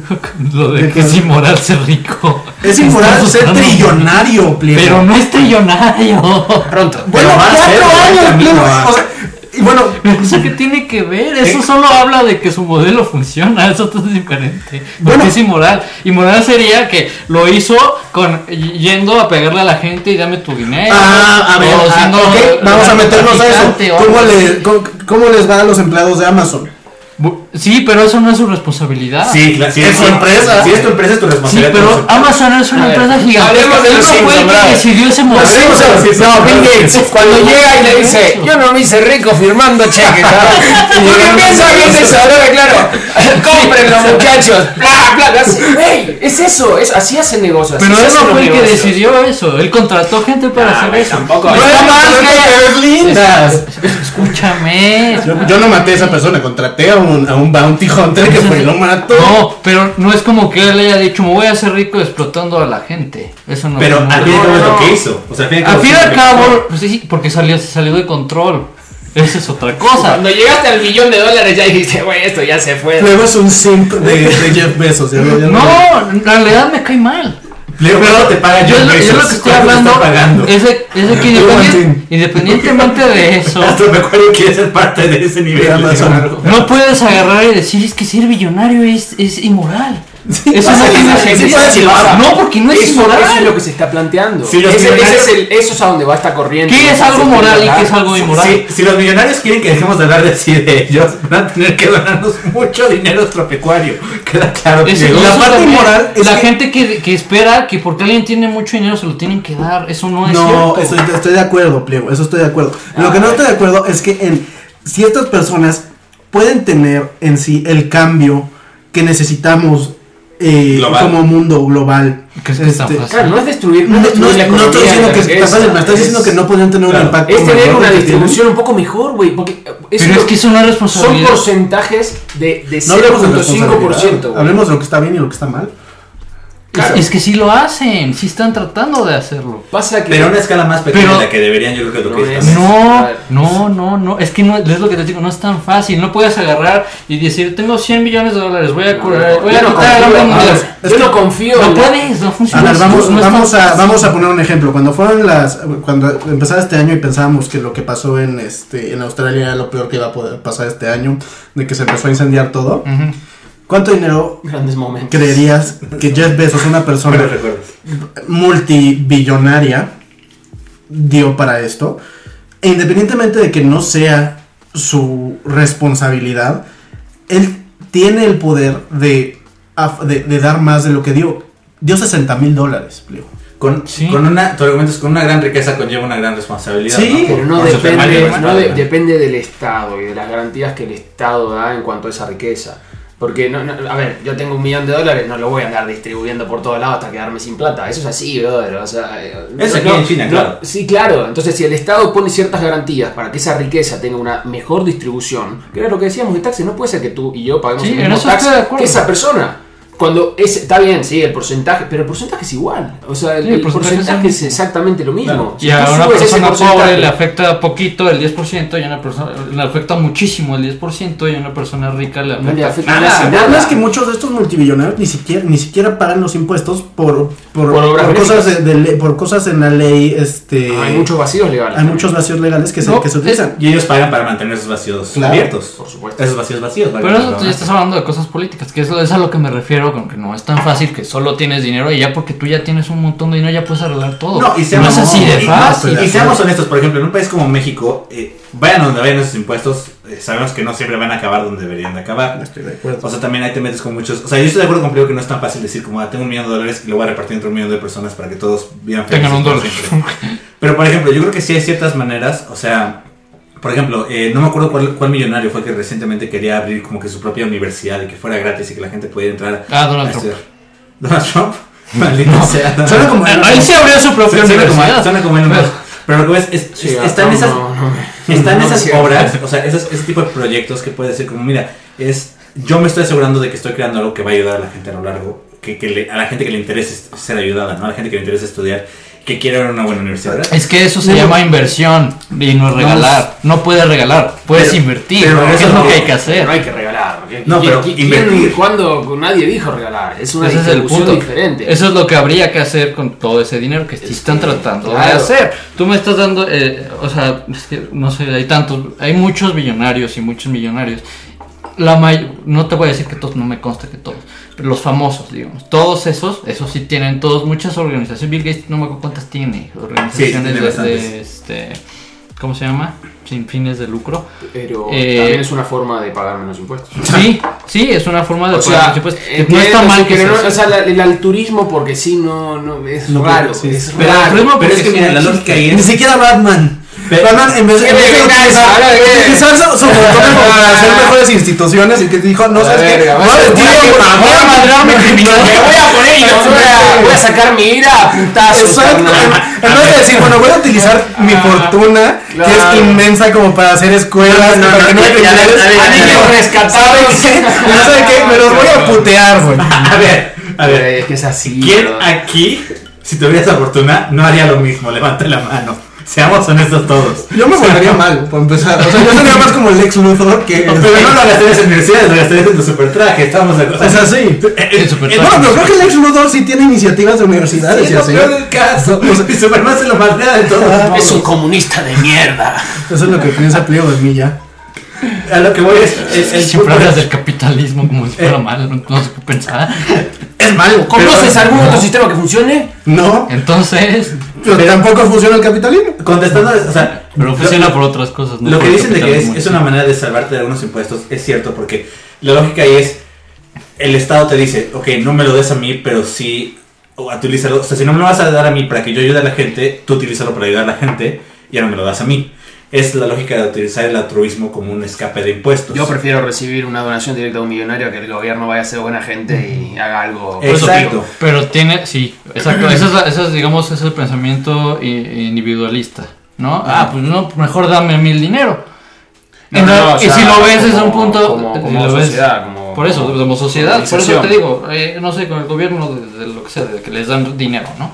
Lo de ¿Qué que es tal? inmoral ser rico. Es Estás inmoral ser asustando. trillonario, pliego. Pero no es trillonario. Pronto. bueno, va a cuatro ser, años, ahorita pliego. mismo va. O sea, y bueno, *laughs* ¿Eso qué tiene que ver? Eso solo habla de que su modelo funciona, eso es diferente. Porque Bueno. es inmoral. Inmoral sería que lo hizo con yendo a pegarle a la gente y dame tu dinero. Ah, a ver, o ah, siendo ok, vamos a meternos a eso. traficante o algo ¿Cómo, así. le- cómo- cómo les va a los empleados de Amazon? Bu- Sí, pero eso no es su responsabilidad. Sí, claro, si Ah, Es tu su empresa. Si es tu empresa, es tu Sí, responsabilidad. pero Amazon es una A ver, empresa gigante. hablemos de Él los no fue el Simpson, que brother. decidió ese modelo. No, Bill Gates, cuando llega y le dice, yo no me hice rico firmando *laughs* cheques, ¿no? ¿Tú qué piensas que es eso? No, claro, cómprenlo muchachos, *laughs* bla, bla, bla. Así, "Ey, es eso, es, así hacen negocios. Pero así él se no hacen los fue el que negocios. decidió eso. Él contrató gente para hacer eso. tampoco. No Pero es más que- ¡Qué lindas! Escúchame. Yo, yo no maté a esa persona, contraté a un, a un bounty hunter que fue y lo mató. No, pero no es como que él haya dicho, me voy a hacer rico explotando a la gente. Eso no Pero no, al fin y al no. cabo es lo que hizo. O sea, al fin y al cabo. Al fin y es lo al que cabo, pues sí, porque salió, se salió de control. Esa es otra cosa. Cuando llegaste al millón de dólares ya dijiste, güey, esto ya se fue. Luego es un simp de, de Jeff Bezos. ya lo- ya lo- No, en realidad me cae mal. Leo, pero te pagan Yo, diez lo- yo pesos. lo que estoy ¿Cuánto te hablando está pagando. es de, es de que Martín. independien- independientemente de *laughs* eso, Hasta me acuerdo que quieres ser parte de ese nivel. De Amazon. no puedes agarrar y decir es que ser billonario es, es inmoral. Eso pasa, *laughs* no tiene sí, sí, sentido. pasa, sí, pasa. No, porque no es eso, inmoral. eso es lo que se está planteando. Sí, los Ese- ese millonarios- es el- eso es a donde va esta corriente. ¿Qué es algo moral y qué es algo inmoral? Si, si los millonarios quieren que dejemos de hablar de así de ellos, van a tener que donarnos mucho dinero extrapecuario. *laughs* Queda claro. Es- Diego. eso la parte también, inmoral es la que- gente que, que espera que porque alguien tiene mucho dinero se lo tienen que dar, eso no es No, cierto. eso estoy- estoy de acuerdo, pliego, eso estoy de acuerdo. Ah, Lo que no estoy de acuerdo es que en si estas personas pueden tener en sí el cambio que necesitamos eh, Global. como mundo global. este, ¿Crees que es tan fácil? Claro, no es destruir, no, No, es no, destruir la no economía. estoy diciendo que la está fácil, riqueza, me estás es- diciendo que no podrían tener Claro. un impacto. Es tener mayor una del que tienen. distribución un poco mejor, güey. Porque eh, eso Pero es lo- que eso no es son responsabilidad. porcentajes de, de No hablemos de 0.5%. responsabilidad, güey. Hablemos de lo que está bien y lo que está mal. Claro. Es, es que sí lo hacen, sí están tratando de hacerlo. Pasa que. Pero a una escala más pequeña Pero- de la que deberían, yo creo que es lo que No está. es- No, Claro. no, no, no, es que no es lo que te digo, no es tan fácil, no puedes agarrar y decir, tengo 100 millones de dólares, voy a curar, voy a Yo no quitar el hambre confío, mundial". ah, yo no confío. No en la- puedes, no A funciona. ver, así, vamos, no es tan vamos, a, fácil. vamos a poner un ejemplo. Cuando fueron las. Cuando empezaba este año y pensábamos que lo que pasó en, este, en Australia era lo peor que iba a poder pasar este año, de que se empezó a incendiar todo. Ujú. ¿Cuánto dinero Grandes momentos. creerías que Jeff Bezos, una Bueno, persona recuerdas. multibillonaria, dio para esto? E independientemente de que no sea su responsabilidad, él tiene el poder de, af- de, de dar más de lo que dio. Dio 60 mil dólares, pliego. Con, Sí. con una, tu argumento es con una gran riqueza conlleva una gran responsabilidad. Sí, ¿no? Pero no Por su tamaño, depende, ¿no? no de- depende del Estado y de las garantías que el Estado da en cuanto a esa riqueza. Porque, no, no- a ver, yo tengo un millón de dólares, no lo voy a andar distribuyendo por todos lados hasta quedarme sin plata. Eso es así, brother. O sea, eh, Eso no- aquí en China, no- claro. Sí, claro. Entonces, si el Estado pone ciertas garantías para que esa riqueza tenga una mejor distribución, que era lo que decíamos de taxes, no puede ser que tú y yo paguemos Sí, el en mismo eso tax estoy de acuerdo. que esa persona. Cuando es, está bien, sí, el porcentaje, pero el porcentaje es igual. O sea, el, Sí, el el porcentaje porcentaje, es el es mismo. exactamente lo mismo. Claro. Si Y tú a una subes ese persona porcentaje- pobre le afecta poquito el 10% y a una persona le afecta muchísimo el 10% y a una persona rica le No afecta. le afecta Nada, nada, El nada. problema es que muchos de estos multimillonarios ni siquiera ni siquiera pagan los impuestos por por, Por obras por cosas de, benéficas. de le- por cosas en la ley este Eh, hay muchos vacíos legales. hay muchos vacíos legales que se, No, que se es- utilizan. Y ellos pagan para mantener esos vacíos Claro. abiertos. Por supuesto. Esos vacíos vacíos. Pero eso tú ya estás hablando de cosas políticas, que eso es a lo que me refiero, con que no es tan fácil que solo tienes dinero y ya porque tú ya tienes un montón de dinero ya puedes arreglar todo. No, Oh. y no seamos, es así de y- fácil. ¿eh? y seamos honestos, por ejemplo, en un país como México, eh, vayan donde vayan esos impuestos, eh, sabemos que no siempre van a acabar donde deberían de acabar. Estoy de acuerdo. O sea, también ahí te metes con muchos. O sea, yo estoy de acuerdo con Pleo que no es tan fácil decir como, ah, tengo un millón de dólares y lo voy a repartir entre un millón de personas para que todos vivan Tengan un por dólar. siempre. Pero, por ejemplo, yo creo que sí hay ciertas maneras, o sea, por ejemplo, eh, no me acuerdo cuál, cuál millonario fue que recientemente quería abrir como que su propia universidad y que fuera gratis y que la gente pudiera entrar Ah, Donald a Trump. estudiar. Donald Trump. *laughs* Maldito sea. Suena como. Ahí sí abrió su propia Suena- suena como- universidad. Suena como Elon Musk. *laughs* Pero lo que ves es, Sí, es- ah, están no, esas, no, no. están esas sí. obras, o sea, esas- ese tipo de proyectos que puede decir como, mira, es yo me estoy asegurando de que estoy creando algo que va a ayudar a la gente a lo largo, que, que le- a la gente que le interese ser ayudada, ¿no? A la gente que le interese estudiar, que quiera ir a una buena universidad. ¿verdad? Es que eso se llama inversión y no es regalar. No puedes regalar, puedes Pero- invertir. pero eso es eso lo no- que hay que hacer. No hay que regalar. ¿Qui- No, qui- pero qui- invertir. ¿quién- ¿Cuándo? Nadie dijo regalar. Es una Ese es el distribución punto. diferente. Eso es lo que habría que hacer con todo ese dinero que Este, están tratando de claro. hacer. Tú me estás dando, eh, o sea, es que no sé, hay tantos, hay muchos billonarios y muchos millonarios. La may- no te voy a decir que todos, no me consta que todos, pero los famosos, digamos, todos esos, esos sí tienen todos muchas organizaciones. Bill Gates, no me acuerdo cuántas tiene, organizaciones tiene de- bastantes. de, este, ¿cómo se llama? Sin fines de lucro. Pero Eh, también es una forma de pagar menos impuestos. Sí, sí, es una forma de O pagar, sea, sí, pues, no entiendo, está mal que pero se no- hace. o sea, la- el altruismo porque sí no, no es No, raro, sí. es Pero, raro. altruismo- pero es porque que mira, sí la existe. lógica ahí Ni es... siquiera Batman. Pe- Batman, en vez, ¿Qué en vez de me ganas? utilizar, Ahora, ¿qué? utilizar su, su motor como para hacer mejores instituciones y que dijo, no A sabes ver, qué. a Voy ver, a vestir voy a- a- voy a voy a madrear a mi criminal. Me voy a poner y me voy a, voy a sacar mi ira a putazos, Exacto. carnal. En vez de decir, bueno, voy a utilizar mi fortuna, que claro. es inmensa como para hacer escuelas, No, no, para que no no, haya ya, ya, criminales. ya, A ya, ya, niños ya. rescatados. No sé qué, me los voy a putear, güey. *laughs* A ver, a ver. Güey, Es que es así. ¿Quién bro. aquí, si tuviera esa fortuna, no haría lo mismo? Levante la mano. Seamos honestos todos. Yo me volvería mal, por empezar. O sea, yo sería más como el ex Luthor que. Pero no lo gastarías en universidades, lo gastarías en tu supertraje. Estamos de acuerdo. Es así. Eh, eh, En supertraje. No, pero creo que el ex Luthor sí tiene iniciativas de universidades es y lo así. peor *laughs* del caso. Y Superman se lo maldea de todo. Es un comunista de mierda. Eso es lo que piensa Pleo de mí ya. A lo que voy es. es- Y es- Siempre hablas del capitalismo como si fuera malo, no, no sé qué pensar. Es malo. ¿Conoces algún otro sistema que funcione? No, Entonces, pero tampoco funciona el capitalismo. Contestando, o sea. pero lo- funciona por otras cosas. no Lo por que el dicen de que es, capitalismo. es una manera de salvarte de algunos impuestos es cierto, porque la lógica ahí es: el Estado te dice, ok, no me lo des a mí, pero sí o, utilízalo. O sea, si no me lo vas a dar a mí para que yo ayude a la gente, tú utilízalo para ayudar a la gente y ahora me lo das a mí. Es la lógica de utilizar el altruismo como un escape de impuestos. Yo prefiero recibir una donación directa de un millonario a que el gobierno vaya a ser buena gente y haga algo. Por eso te Exacto. digo, Pero tiene, sí, exacto. Ese es, ese es, digamos, es el pensamiento i- individualista, ¿no? Ah, pues no, mejor dame mil dinero. No, no, no, o y sea, si lo ves desde como- un punto. como- si como lo ves- sociedad, como- por eso, como como sociedad. Por eso te organización. digo, eh, no sé, con el gobierno, de, de lo que sea, de que les dan dinero, ¿no?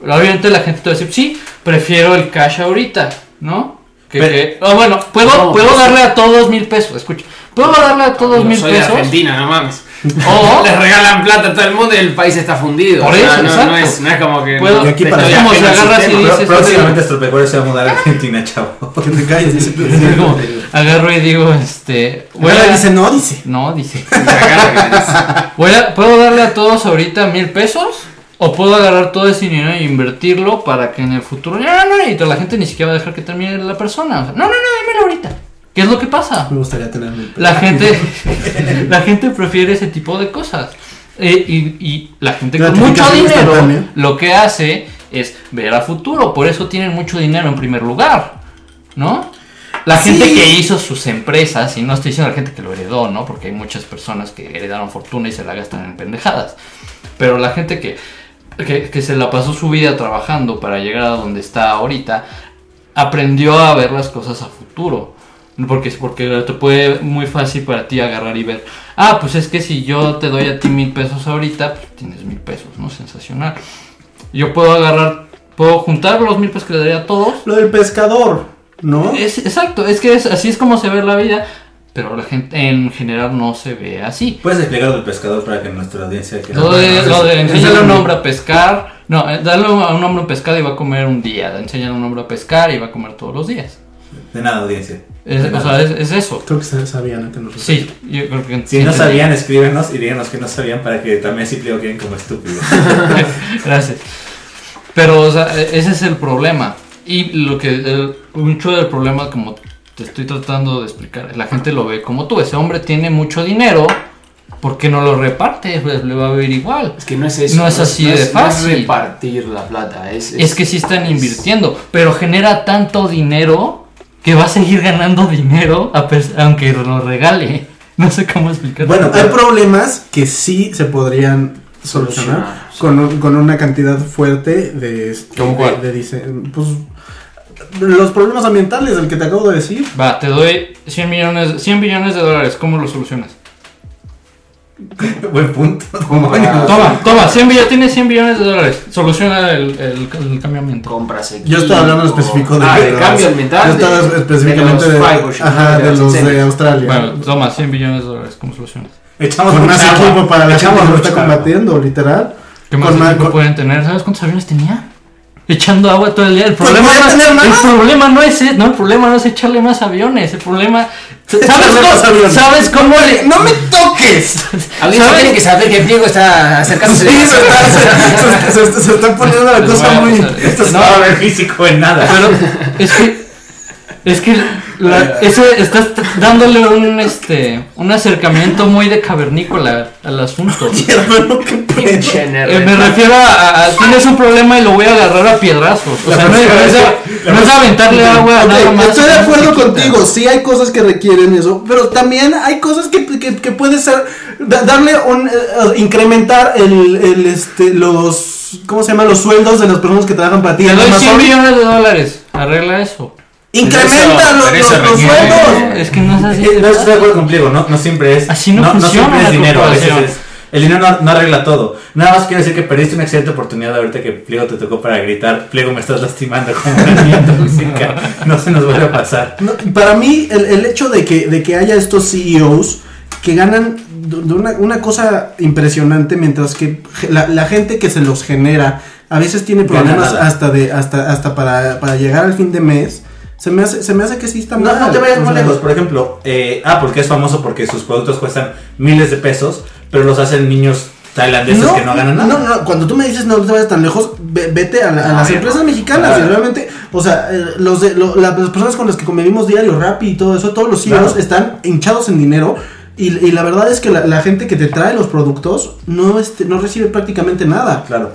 Pero obviamente la gente te va a decir, sí, prefiero el cash ahorita, ¿no? Que, Pero- que- ah, bueno, puedo, No, puedo pues- darle a todos mil pesos, escucha. ¿Puedo darle a todos Yo mil soy de pesos? Argentina, no mames. *laughs* O- *laughs* Les regalan plata a todo el mundo y el país está fundido. Por O sea, eso, no, exacto. no es, no es como que. Puedo- no, Y aquí te- para- estoy Como se ajeno al agarra así, sistema. dice- Pro- próximamente nuestro pecuario se va a mudar a Argentina, *laughs* chavo. Que te calles, dice Pleo. Es como, agarro y digo, este. voy Bueno, a- dice no, dice. No, *laughs* dice. Y se agarra que dice, Voy a- ¿Puedo darle a todos ahorita mil pesos? ¿O puedo agarrar todo ese dinero e invertirlo para que en el futuro. No, no, no, y la gente ni siquiera va a dejar que termine la persona. O sea, no, no, no, démelo ahorita. ¿Qué es lo que pasa? Me gustaría tenerme. *laughs* La gente, la gente prefiere ese tipo de cosas. Eh, y, y la gente con mucho Gratificación dinero instantánea. lo que hace es ver a futuro. Por eso tienen mucho dinero en primer lugar. ¿No? La Sí. gente que hizo sus empresas, y no estoy diciendo la gente que lo heredó, ¿no? Porque hay muchas personas que heredaron fortuna y se la gastan en pendejadas. Pero la gente que, que, que se la pasó su vida trabajando para llegar a donde está ahorita, aprendió a ver las cosas a futuro. Porque, porque te puede muy fácil para ti agarrar y ver. Ah, pues es que si yo te doy a ti mil pesos ahorita, pues tienes mil pesos, ¿no? Sensacional. Yo puedo agarrar, puedo juntar los mil pesos que le daría a todos. Lo del pescador, ¿no? Es- exacto, es que es, así es como se ve la vida, pero la gente en general no se ve así. ¿Puedes explicar lo del pescador para que nuestra audiencia que Lo de, lo de enseñarle enséñale a un un- hombre a pescar, no, eh, darle a un hombre un pescado y va a comer un día, enseñarle a un hombre a pescar y va a comer todos los días. De nada, audiencia. Es- De o nada. sea, es, es eso. Creo que se sabían que no lo Sí, yo creo que Si no sabían, escríbenos y díganos que no sabían para que también si Pleo queden como estúpidos. *laughs* Gracias. Pero, o sea, e- ese es el problema. Y lo que, el- mucho del problema, como te estoy tratando de explicar, la gente lo ve como tú. Ese hombre tiene mucho dinero, ¿por qué no lo reparte? Pues, le va a ver igual. Es que no es eso. No es así de No fácil. es repartir la plata. Es, Es que sí están es- invirtiendo, pero genera tanto dinero que va a seguir ganando dinero a pes- aunque *laughs* lo regale. No sé cómo explicarlo. Bueno, Hay problemas que sí se podrían solucionar con, un- con una cantidad fuerte de, este, ¿Cómo cuál? de, de dise- pues los problemas ambientales del que te acabo de decir Va, te doy 100 millones, 100 billones de dólares. ¿Cómo lo solucionas? *laughs* Buen punto. Toma, toma, 100 billones, tienes 100 billones de dólares. Soluciona el, el, el cambiamiento. Compras equipo. yo estaba hablando en específico de, Ah, de los- cambio ambiental. yo estaba de- específicamente de de, los Firewatch, ajá, de las los de incendios. Australia Bueno, toma, 100 billones de dólares. ¿Cómo solucionas? Echamos con mucha más agua. equipo para la gente Echamos que lo mucha está agua. combatiendo literal ¿Qué más Con ma- equipo con- pueden tener? ¿Sabes cuántos aviones tenía? Echando agua todo el día. El Pues problema, no voy a no, tener es, más. el problema no es e- no, el problema no es echarle más aviones. El problema. ¿Sabes Echarle más cómo? aviones. ¿Sabes cómo le.? me toques Alguien ¿Sabes? tiene que saber que Diego está acercándose. *laughs* Sí, se está, se- se- se- se- se está poniendo la Les cosa voy a muy. pasar. Esto no va a haber físico en *laughs* nada. Pero es que. Es que. la- ese, estás dándole un, este, un acercamiento muy de cavernícola al *laughs* asunto. Hermano, qué pedo. Pinche nerd. Eh, me refiero a, a- a- Tienes un problema y lo voy a agarrar a piedrazos. O La sea, no es, próxima no es a- vez que- no es aventarle agua Ok, Ah, nada más. estoy de no se acuerdo quita. contigo, sí hay cosas que requieren eso, pero también hay cosas que, que, que puede ser da- darle un eh, eh, incrementar el, el este los ¿cómo se llama? los sueldos de las personas que trabajan para ti. Te en doy 100 Amazon. millones de dólares. Arregla eso. Incrementa Pero eso- los, pero eso los- los requiere- sueldos. Es que no es así. Eh, No estoy de acuerdo contigo, no, no siempre es. Así no funciona siempre la es dinero, a veces corporación. es. El dinero no, no arregla todo. Nada más quiero decir que perdiste una excelente oportunidad ahorita que Pliego te tocó para gritar, Pliego me estás lastimando como una *laughs* niña tóxica. No se nos vuelve a pasar. No, para mí, el, el hecho de que, de que haya estos CEOs que ganan de de una, una cosa impresionante, mientras que ge- la, la gente que se los genera a veces tiene Gana problemas nada. hasta de hasta hasta para, para llegar al fin de mes. Se me hace, se me hace que sí está No, mal. no te vayas o muy sea, lejos. Por ejemplo, eh, Apple, que es famoso porque sus productos cuestan miles de pesos, pero los hacen niños tailandeses que no ganan nada. No, no, cuando tú me dices no te vayas tan lejos, ve- vete a, la- a No, las ya empresas no. mexicanas. Claro. y realmente, o sea, eh, los de- lo- la- las personas con las que convivimos diario, Rappi y todo eso, todos los CEOs Claro. están hinchados en dinero. Y, y la verdad es que la, la gente que te trae los productos no, este, no recibe prácticamente nada. Claro.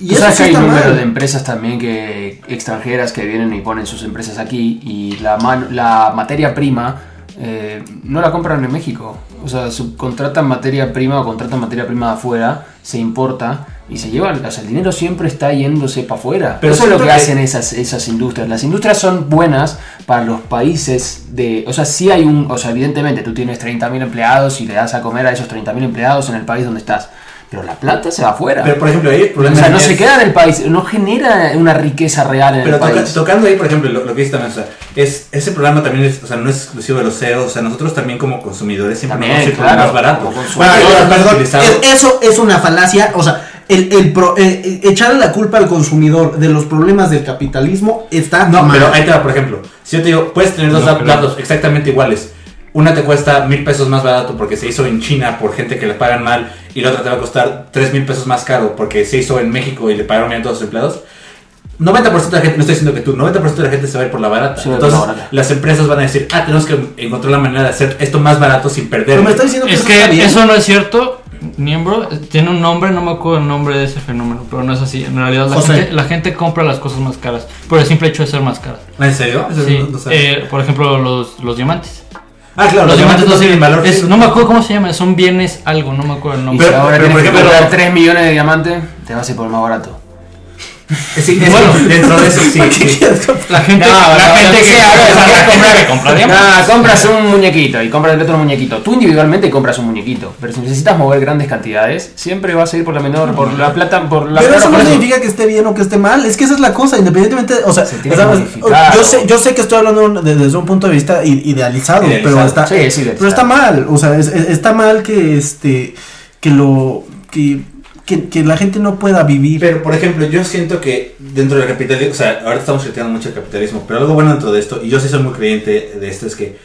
Y Tú eso sabes sí que hay está Pues un número mal. de em- empresas también que extranjeras que vienen y ponen sus empresas aquí y la, man- la materia prima eh, no la compran en México. O sea, subcontratan materia prima o contratan materia prima de afuera, se importa y se llevan. O sea, el dinero siempre está yéndose para afuera. Pero Eso es lo siento que, que- hacen esas, esas industrias. Las industrias son buenas para los países de... O sea, sí hay un... O sea, evidentemente tú tienes 30.000 empleados y le das a comer a esos 30.000 empleados en el país donde estás. Pero la plata se va afuera. Pero por ejemplo, ahí el O problema sea, no es- se queda en el país, no genera una riqueza real en Pero el toca- país. tocando ahí, por ejemplo, lo, lo que dice también, o sea, es, ese programa también es, o sea, no es exclusivo de los CEOs, o sea, nosotros también como consumidores siempre También, nos vamos a ir por claro, lo más barato. como Bueno, consumidores. Porque ahora, ahora has perdón, utilizado- es- eso es una falacia, o sea, el, el pro- eh, eh, echarle la culpa al consumidor de los problemas del capitalismo está No, mal. pero ahí te va, por ejemplo, si yo te digo, puedes tener dos No, lap- creo. laptops exactamente iguales, una te cuesta mil pesos más barato porque se hizo en China por gente que le pagan mal y la otra te va a costar tres mil pesos más caro porque se hizo en México y le pagaron bien a todos los empleados. 90% de la gente, no estoy diciendo que tú, 90% de la gente se va a ir por la barata. Se va a ir por la Entonces, barata. las empresas van a decir, ah, tenemos que encontrar la manera de hacer esto más barato sin perder. Pero me está diciendo que Es eso está que bien. eso no es cierto, miembro. Tiene un nombre, no me acuerdo el nombre de ese fenómeno, pero no es así. En realidad, la, José. gente, la gente compra las cosas más caras por el simple hecho de ser más caras. ¿Ah, ¿En serio? Eso Sí, no- no sabía. eh, por ejemplo, los, los diamantes. ah, claro, los diamantes no tienen valor. Es- no me acuerdo cómo se llama, son bienes algo, no me acuerdo el y nombre. si pero- ahora pero, tienes por que ejemplo, comprar 3 millones de diamantes, te vas a ir por el más barato. Sí, es- dentro de eso sí. sí. La gente, No, la no, gente no, que sí, ahora la sí, gente ahora que comprar- compra diamantes. No, compras un muñequito y compras el otro muñequito. Tú individualmente compras un muñequito, pero si necesitas mover grandes cantidades, siempre vas a ir por la menor, por la plata, por la Pero menor eso no fuerza. significa que esté bien o que esté mal, es que esa es la cosa, independientemente, o sea, Se tiene que ¿sabes? modificar, yo o- sé, yo sé que estoy hablando un- de- desde un punto de vista i- idealizado, Idealizado, pero está, sí, es idealizado. pero está mal, o sea, es- es- está mal que este, que lo, que, que, que la gente no pueda vivir. Pero, por ejemplo, yo siento que dentro del capitalismo, o sea, ahora estamos criticando mucho el capitalismo, pero algo bueno dentro de esto, y yo sí soy muy creyente de esto, es que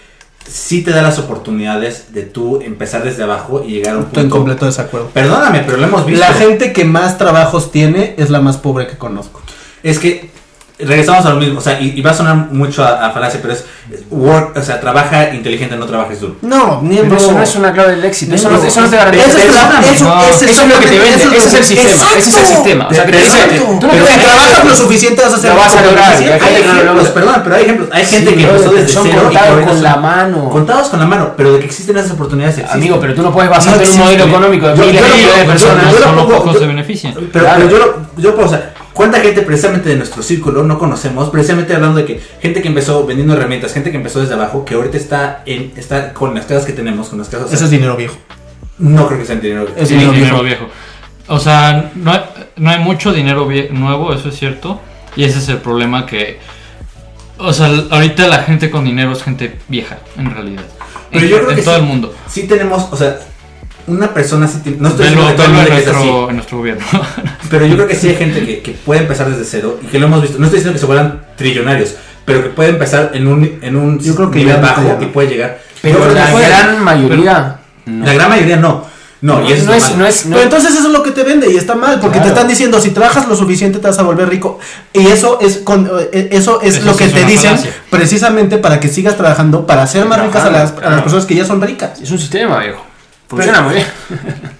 sí te da las oportunidades de tú empezar desde abajo y llegar a un punto. Estoy en completo desacuerdo. Perdóname, pero lo hemos visto. La gente que más trabajos tiene es la más pobre que conozco. Es que regresamos a lo mismo, o sea, y, y va a sonar mucho a, a falacia, pero es es work, o sea, trabaja inteligente, no trabajes duro. No, ni Pero eso no es una clave del éxito. Eso no, eso no te garantiza. Eso es Eso- la- eso- no, eso eso es lo que te exactamente, vende. eso es Ese es el lo sistema. Ese que- es el Exacto. sistema. O sea, te dice. Exacto. Tú no Pero te si trabajas lo suficiente vas a hacer Lo vas a lo lograr, suficiente. ya Hay que no lo ejemplos, logras. perdón, pero hay ejemplos, hay gente que brother, empezó desde son cero y contados ahorita con son- la mano. Contados con la mano, pero de que existen esas oportunidades existen. Amigo, pero tú no puedes basarte No en un modelo existe. económico de Yo- miles yo y lo- millones de yo- personas. yo lo- Solo pongo- pocos yo- se benefician. Pero, Claro. pero yo, lo- yo puedo, o sea, ¿cuánta gente precisamente de nuestro círculo no conocemos? Precisamente hablando de que gente que empezó vendiendo herramientas, gente que empezó desde abajo, que ahorita está en está con las casas que tenemos, con las casas. o sea, Eso es dinero viejo. No creo que sean dinero. Es Sí, dinero dinero viejo. viejo. O sea, no hay, no hay mucho dinero vie- nuevo, eso es cierto. Y ese es el problema que... O sea, ahorita la gente con dinero es gente vieja, en realidad. Pero en yo creo en que todo sí. el mundo. Sí tenemos, o sea, una persona sí tiene- No estoy Velo, diciendo que todo el velo en, mundo que es nuestro, en nuestro gobierno. así, pero yo creo que sí hay gente que, que puede empezar desde cero y que lo hemos visto. No estoy diciendo que se vuelvan trillonarios, pero que puede empezar en un, en un Yo creo que ya nivel no está bajo ya. y puede llegar. Yo Pero creo que la puede. gran mayoría. no. la gran mayoría no. No, y eso No es, lo es, malo. no es, no Pero es- entonces eso es lo que te vende y está mal, porque te Claro. están diciendo si trabajas lo suficiente te vas a volver rico. Y eso es con eh, eso es Eso lo sí que es te una dicen falacia. precisamente para que sigas trabajando para hacer más ricas a Trabajando, las, a las claro. personas que ya son ricas. es un sistema, viejo. Funciona muy bien.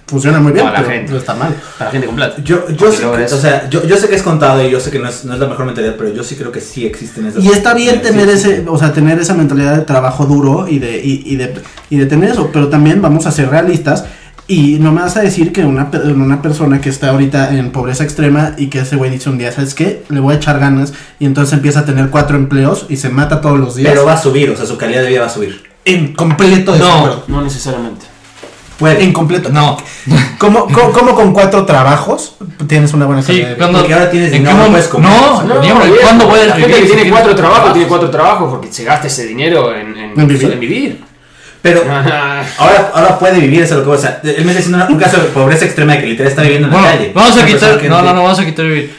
Funciona muy bien, Para la pero gente. pero está mal. Para gente con plata. Yo, yo, Ok, sé que, ahora es- o sea, yo, yo sé que es contado y yo sé que no es, no es la mejor mentalidad, pero yo sí creo que sí existen esas Y está bien oportunidades, tener sí ese, existen. o sea, tener esa mentalidad de trabajo duro y de, y, y de, y de tener eso, pero también vamos a ser realistas y no me vas a decir que una, pe- una persona que está ahorita en pobreza extrema y que ese güey dice un día, ¿sabes qué? Le voy a echar ganas y entonces empieza a tener cuatro empleos y se mata todos los días. Pero va a subir, o sea, su calidad de vida va a subir. en completo desacuerdo. No necesariamente. Puede. En completo. no. ¿Cómo, cómo, cómo con cuatro trabajos tienes una *laughs* buena Sí, calidad de vida? cuando, Porque ahora tienes ¿en dinero, qué no mom- puedes comer. No, No, dinero, viejo, ¿cuándo puedes la gente que vivir si tiene tienes cuatro trabajos, trabajo? tiene cuatro trabajos porque se gasta ese dinero en, en, ¿En vivir? en vivir. *laughs* Pero ahora, ahora puede vivir, eso es lo que voy a sea, Él me está diciendo una- un caso de pobreza extrema de que literal está viviendo en Bueno, la calle. vamos a Una persona quitar. que No, no, tiene- no, vamos a quitar vivir.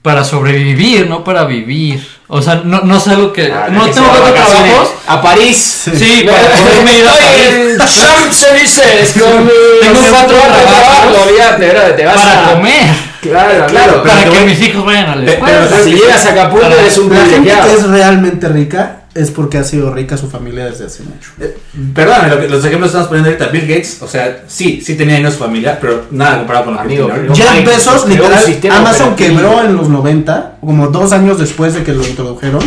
Para sobrevivir, no para vivir. O sea, no, no es algo que. no Ah, que se tengo va de cuatro vacaciones trabajos. A París. *laughs* Sí, para *laughs* poderme ir a París. pues, Oye, Champs-Élysées con Tengo cuatro trabajos. olvídate, brother, te vas Para a- comer. Claro, Claro, claro. Para te que voy- mis hijos vayan a la Pe- escuela. pero- si llegas a Acapulco Para- eres un La gente que privilegiado. es realmente rica es porque ha sido rica su familia desde hace mucho. eh, Perdóname, lo que- los ejemplos que estamos poniendo ahorita. Bill Gates, o sea, sí, sí tenía dinero en su familia, pero nada comparado con lo que Amigo, tiene ahorita. pero- Jeff Mike, Bezos, creó un literal, sistema Amazon operativo. quebró en los 90, como dos años después de que lo introdujeron.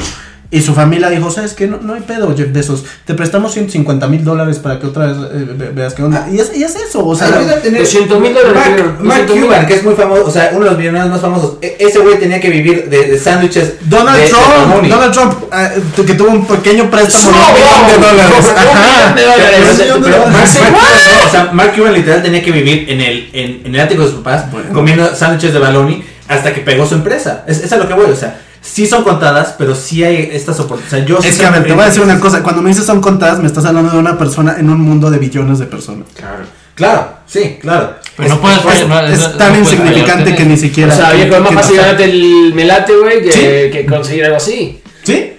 Y su familia dijo, ¿sabes qué? No, no hay pedo, Jeff Bezos. Te prestamos 150 mil dólares para que otra vez eh, ve- veas qué onda. Y es, y es eso, o sea... Pero llega a tener- 200.000 dólares, Mark- creo. Mark 200.000. Cuban, que es muy famoso, o sea, uno de los millonarios más famosos. E- ese güey tenía que vivir de, de sándwiches. Donald de- de Trump, pepperoni. Donald Trump, eh, tu- que tuvo un pequeño préstamo de ¡No, un millón de wow! dólares. Un millón de Ajá. dólares. Pero- Ese millón de pero Mark- dólares. Mark Cuban, no, o sea, Mark Cuban literal tenía que vivir en el, en, en el ático de sus papás, comiendo sándwiches de baloney hasta que pegó su empresa. Es, es a lo que voy, o sea, sí son contadas, pero sí hay estas oportunidades. O sea, yo Es sí que, a ver, te voy a decir una creo- cosa. Cuando me dices son contadas, me estás hablando de una persona en un mundo de billones de personas. Claro. Claro, sí, *laughs* claro. Pero no puedes. Por eso, no, es no- no tan puedes insignificante fallarte. que ni O siquiera... sea, viejo, es más que- fácil ganarte el melate, güey, que, Sí. que conseguir algo así. ¿Sí?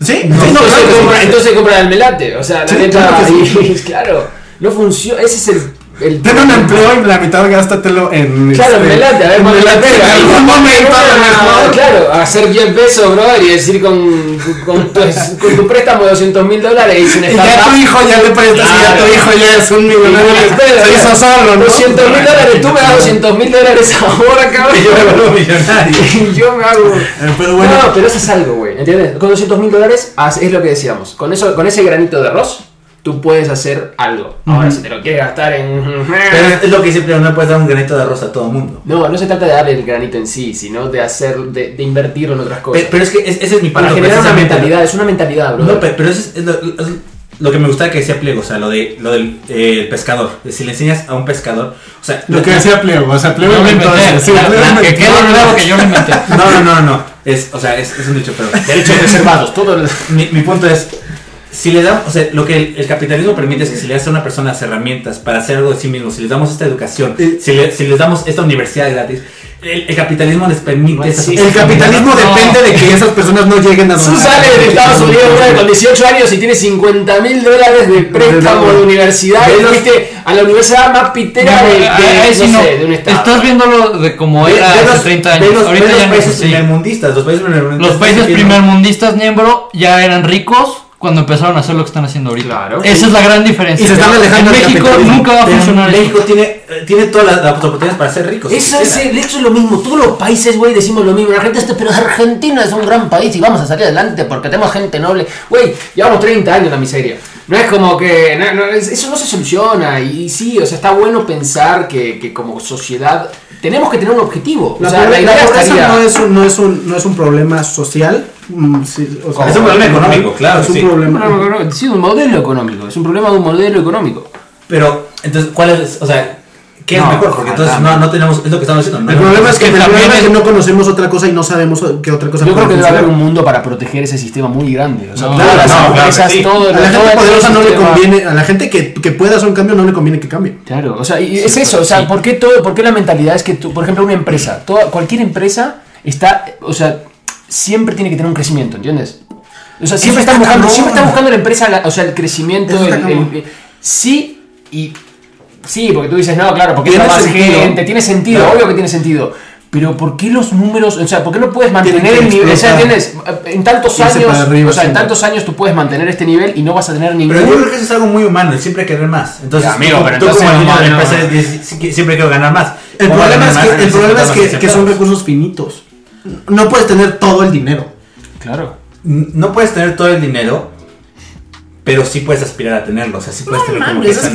¿Sí? No, Sí, no, entonces, claro que sí. compra, entonces compra el melate. O sea, la Sí, neta, claro que sí. ahí, *laughs* claro. No funciona. Ese es el. el Ten un empleo y la mitad gástatelo en. Claro, este, me late, a ver, en me melate, late. en algún momento a lo mejor. Claro, hacer 10 pesos, brother, y decir con, con, tu, con tu préstamo de 200 mil dólares y sin Y ya tu hijo ya le prestas y ya tu Claro. hijo ya es un millonario. *laughs* que Se hizo solo, ¿no? 200 mil dólares, tú me das 200 mil dólares ahora, cabrón. Yo me vuelvo millonario. Y *laughs* yo me hago. Eh, pero bueno. No, pero eso es algo, güey. ¿Entiendes? Con 200 mil dólares haz- es lo que decíamos. Con, eso, con ese granito de arroz, tú puedes hacer algo. Ahora, si te lo quieres gastar en. Pero es lo que siempre no puedes dar un granito de arroz a todo el mundo. No, no se trata de dar el granito en sí, sino de hacer, de, de invertirlo en otras cosas. Pe- Pero es que es- ese es mi punto. para generar una precisamente. mentalidad, es una mentalidad, bro. No, pe- pero eso es, es lo, es lo que me gustaba que decía Pliego, o sea, lo, de, lo del eh, el pescador. Si le enseñas a un pescador, o sea... Lo que decía Pleo, o sea, Pleo Yo lo inventó inventé. eso, sí, la- Pleo la- Que inventó. quede claro que yo lo inventé. No, no, no, no. Es, o sea, es, es un dicho, pero... Derechos reservados, todo el- mi, mi punto es, si le damos, o sea, lo que el, el capitalismo permite es que si le das a una persona las herramientas para hacer algo de sí mismo, si les damos esta educación, Eh. si, le- si les damos esta universidad gratis, el, el capitalismo les permite Pues esas sí. El capitalismo No. depende de que esas personas no lleguen a Tú donde- sales de Estados Unidos güey, con 18 años y tienes 50 mil dólares de préstamo de universidad y De los- fuiste a la universidad más pitera de, de, Ahí sí no no. sé, de un estado. Estás viéndolo de como Ve- era ve hace los- 30 ve años. los- Ahorita ve los ya no. países sí. primermundistas, los países primermundistas. Los países sí, no. primermundistas, Niembro, ya eran ricos cuando empezaron a hacer lo que están haciendo ahorita. Claro. Esa es la gran diferencia. Y se están alejando En del México capitalismo. nunca va a Pero funcionar eso. México tiene, eh, tiene todas las, las oportunidades para ser Pues rico. si Eso es, quisiera. el- eso es lo mismo, todos los países, güey, decimos lo mismo. La gente está, pero Argentina es un gran país y vamos a salir adelante porque tenemos gente noble. Güey, llevamos 30 años en la miseria. No es como que. no, no, es- eso no se soluciona. Y sí, o sea, está bueno pensar que, que como sociedad tenemos que tener un objetivo. La, o sea, la pobre- idea la pobreza estaría- no, es un, no, es un, no es un problema social. mm, sí, o sea, Es un problema económico, claro, Es un sí. problema. No, no, no, no, sí, un modelo económico. Es un problema de un modelo económico. Pero, entonces, ¿cuál es? O sea, ¿qué es No, mejor? Porque entonces no, no tenemos. Es lo que estamos diciendo. El no- problema es que, que el problema también es que es- no conocemos otra cosa y no sabemos qué otra cosa Yo creo puede que debe funcionar. haber un mundo para proteger ese sistema muy grande. O sea, No, todas claro, las no, claro que empresas, sí. todo- A la todo gente ese poderosa no le sistema- conviene, a la gente que, que pueda hacer un cambio no le conviene que cambie. Claro, o sea, y es eso, o sea, ¿por qué todo, por qué la mentalidad es que tú, por ejemplo, una empresa, toda, cualquier empresa está, o sea, siempre tiene que tener un crecimiento, ¿entiendes? O sea, siempre está están buscando, cabrón. siempre están buscando la empresa, la- o sea, el crecimiento, Eso está el- cabrón. el- sí y sí, porque tú dices, no, claro, porque Tiene entra más sentido. gente, tiene sentido, Claro. obvio que tiene sentido. Pero ¿por qué los números, o sea, por qué no puedes Tienen mantener que el nivel, o sea, explotar. ¿entiendes? En tantos Irse años, para arriba o sea, en siempre. tantos años tú puedes mantener este nivel y no vas a tener ningún Pero yo creo que eso es algo muy humano, el siempre querer más. Entonces, Ya, amigo, tú, pero tú entonces como no, dueño de no, la empresa no. dices, "Sí, que siempre quiero ganar más. El ¿Cómo problema ganar es más? que, el Necesitas problema es más que, que son aceptados. recursos finitos. No puedes tener todo el dinero. Claro. No puedes tener todo el dinero, pero sí puedes aspirar a tenerlo. O sea, sí puedes tener como *laughs* que esa-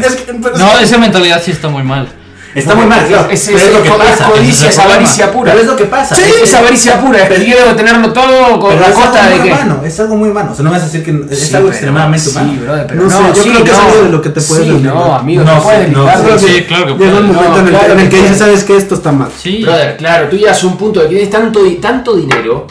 No, esa mentalidad sí está muy mal. Está muy mal, claro. Es- es- pero es, lo que es pasa. codicia, ese el es problema. avaricia pura. Pero es lo que pasa. Sí, es avaricia pura, es que quiero tenerlo todo con Pero la es costa algo de muy que... humano, es algo muy humano. O sea, no me vas a decir que es Sí, algo pero- extremadamente sí, humano. brother, pero No sé, yo creo que es algo de lo que te puedes Sí, desligar. no, amigo, No, no, puedes sí, no, desligar. sí, sí, claro que Llega puede. un momento No, en, el, claro en que el que dices, puede. ¿sabes qué? Esto está mal. Sí. Brother, claro, tú llegas a un punto de que tienes tanto, y- tanto dinero.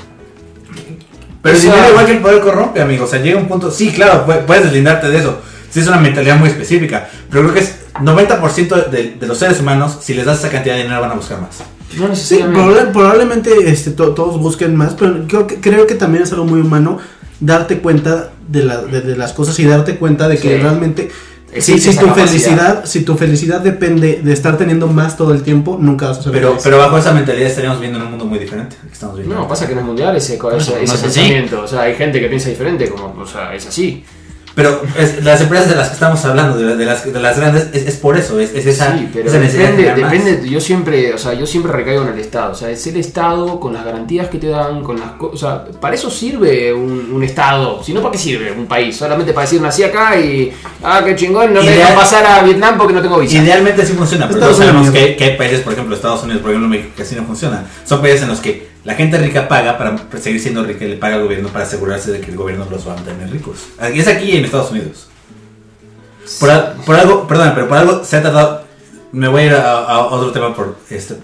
Pero el O sea- dinero igual que el poder corrompe, amigo. O sea, llega un punto. Sí, claro, pu- puedes deslindarte de eso. Sí, es una mentalidad muy específica. Pero creo que es 90% de, de los seres humanos, si les das esa cantidad de dinero, van a buscar más. No Sí, necesariamente. proba- probablemente este, to- todos busquen más, pero creo que, creo que también es algo muy humano darte cuenta de, la- de- de las cosas y darte cuenta de Sí. que realmente si, Existe si esa tu capacidad. felicidad, si tu felicidad depende de estar teniendo más todo el tiempo, nunca vas a ser Pero, feliz. pero bajo esa mentalidad estaríamos viviendo en un mundo muy diferente. al que estamos viviendo. pues, No, pasa que no es mundial ese, co- ese, No, no ese es así. pensamiento. O sea, hay gente que piensa diferente, como, o sea, es así. Pero es- las empresas de las que estamos hablando, de, la- de las, de las grandes, es, es por eso. Es, es esa, sí, pero esa necesidad de depende, ganar más. depende, yo siempre, o sea, yo siempre recaigo en el Estado, o sea, es el Estado con las garantías que te dan, con las cosas, o sea, para eso sirve un, un Estado, si no, ¿para qué sirve un país? Solamente para decir, nací acá y, ah, qué chingón, no me Ideal- dejan pasar a Vietnam porque no tengo visa. Idealmente sí funciona, pero Estados todos sabemos que Unidos. hay, que hay países, por ejemplo Estados Unidos, por ejemplo México, que así no funciona. Son países en los que la gente rica paga para seguir siendo rica y le paga al gobierno para asegurarse de que el gobierno los va a mantener ricos. Y es aquí en Estados Unidos. Por, al- por algo, perdón, pero por algo se ha tardado. Me voy a ir a, a otro tema por este.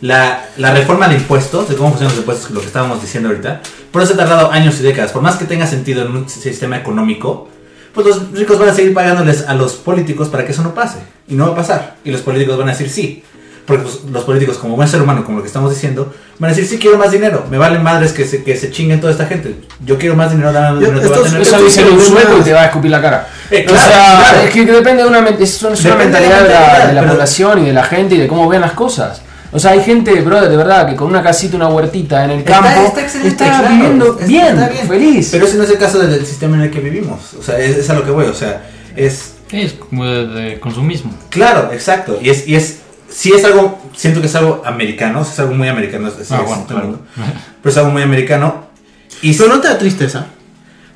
La, la reforma de impuestos, de cómo funcionan los impuestos, lo que estábamos diciendo ahorita, por eso se ha tardado años y décadas. Por más que tenga sentido en un sistema económico, pues los ricos van a seguir pagándoles a los políticos para que eso no pase. Y no va a pasar. Y los políticos van a decir sí. Porque pues, los políticos, como buen ser humano, como lo que estamos diciendo, van a decir sí quiero más dinero. Me valen madres que se, que se chinguen toda esta gente. Yo quiero más dinero, dame más Yo- dinero. te voy a estos- tener- Eso Esto dice es un un sueco y problema. te va a escupir la cara. Eh, o claro, sea, claro. es que depende de una, men- es una- es una Depende de la mentalidad de la, mentalidad, de la pero- población y de la gente y de cómo ven las cosas. O sea, hay gente, brother, de verdad, que con una casita, una huertita en el Está- campo, está excelente, claro, viviendo está- bien, está bien. feliz. Pero ese no es el caso del sistema en el que vivimos. O sea, es, es a lo que voy. O sea, es. Es como de, de consumismo. Claro, exacto. Y es. Y es sí es algo. Siento que es algo americano. o sea, Es algo muy americano. es- es- Ah, es- bueno, claro. Pero es algo muy americano. Y Pero no te da tristeza.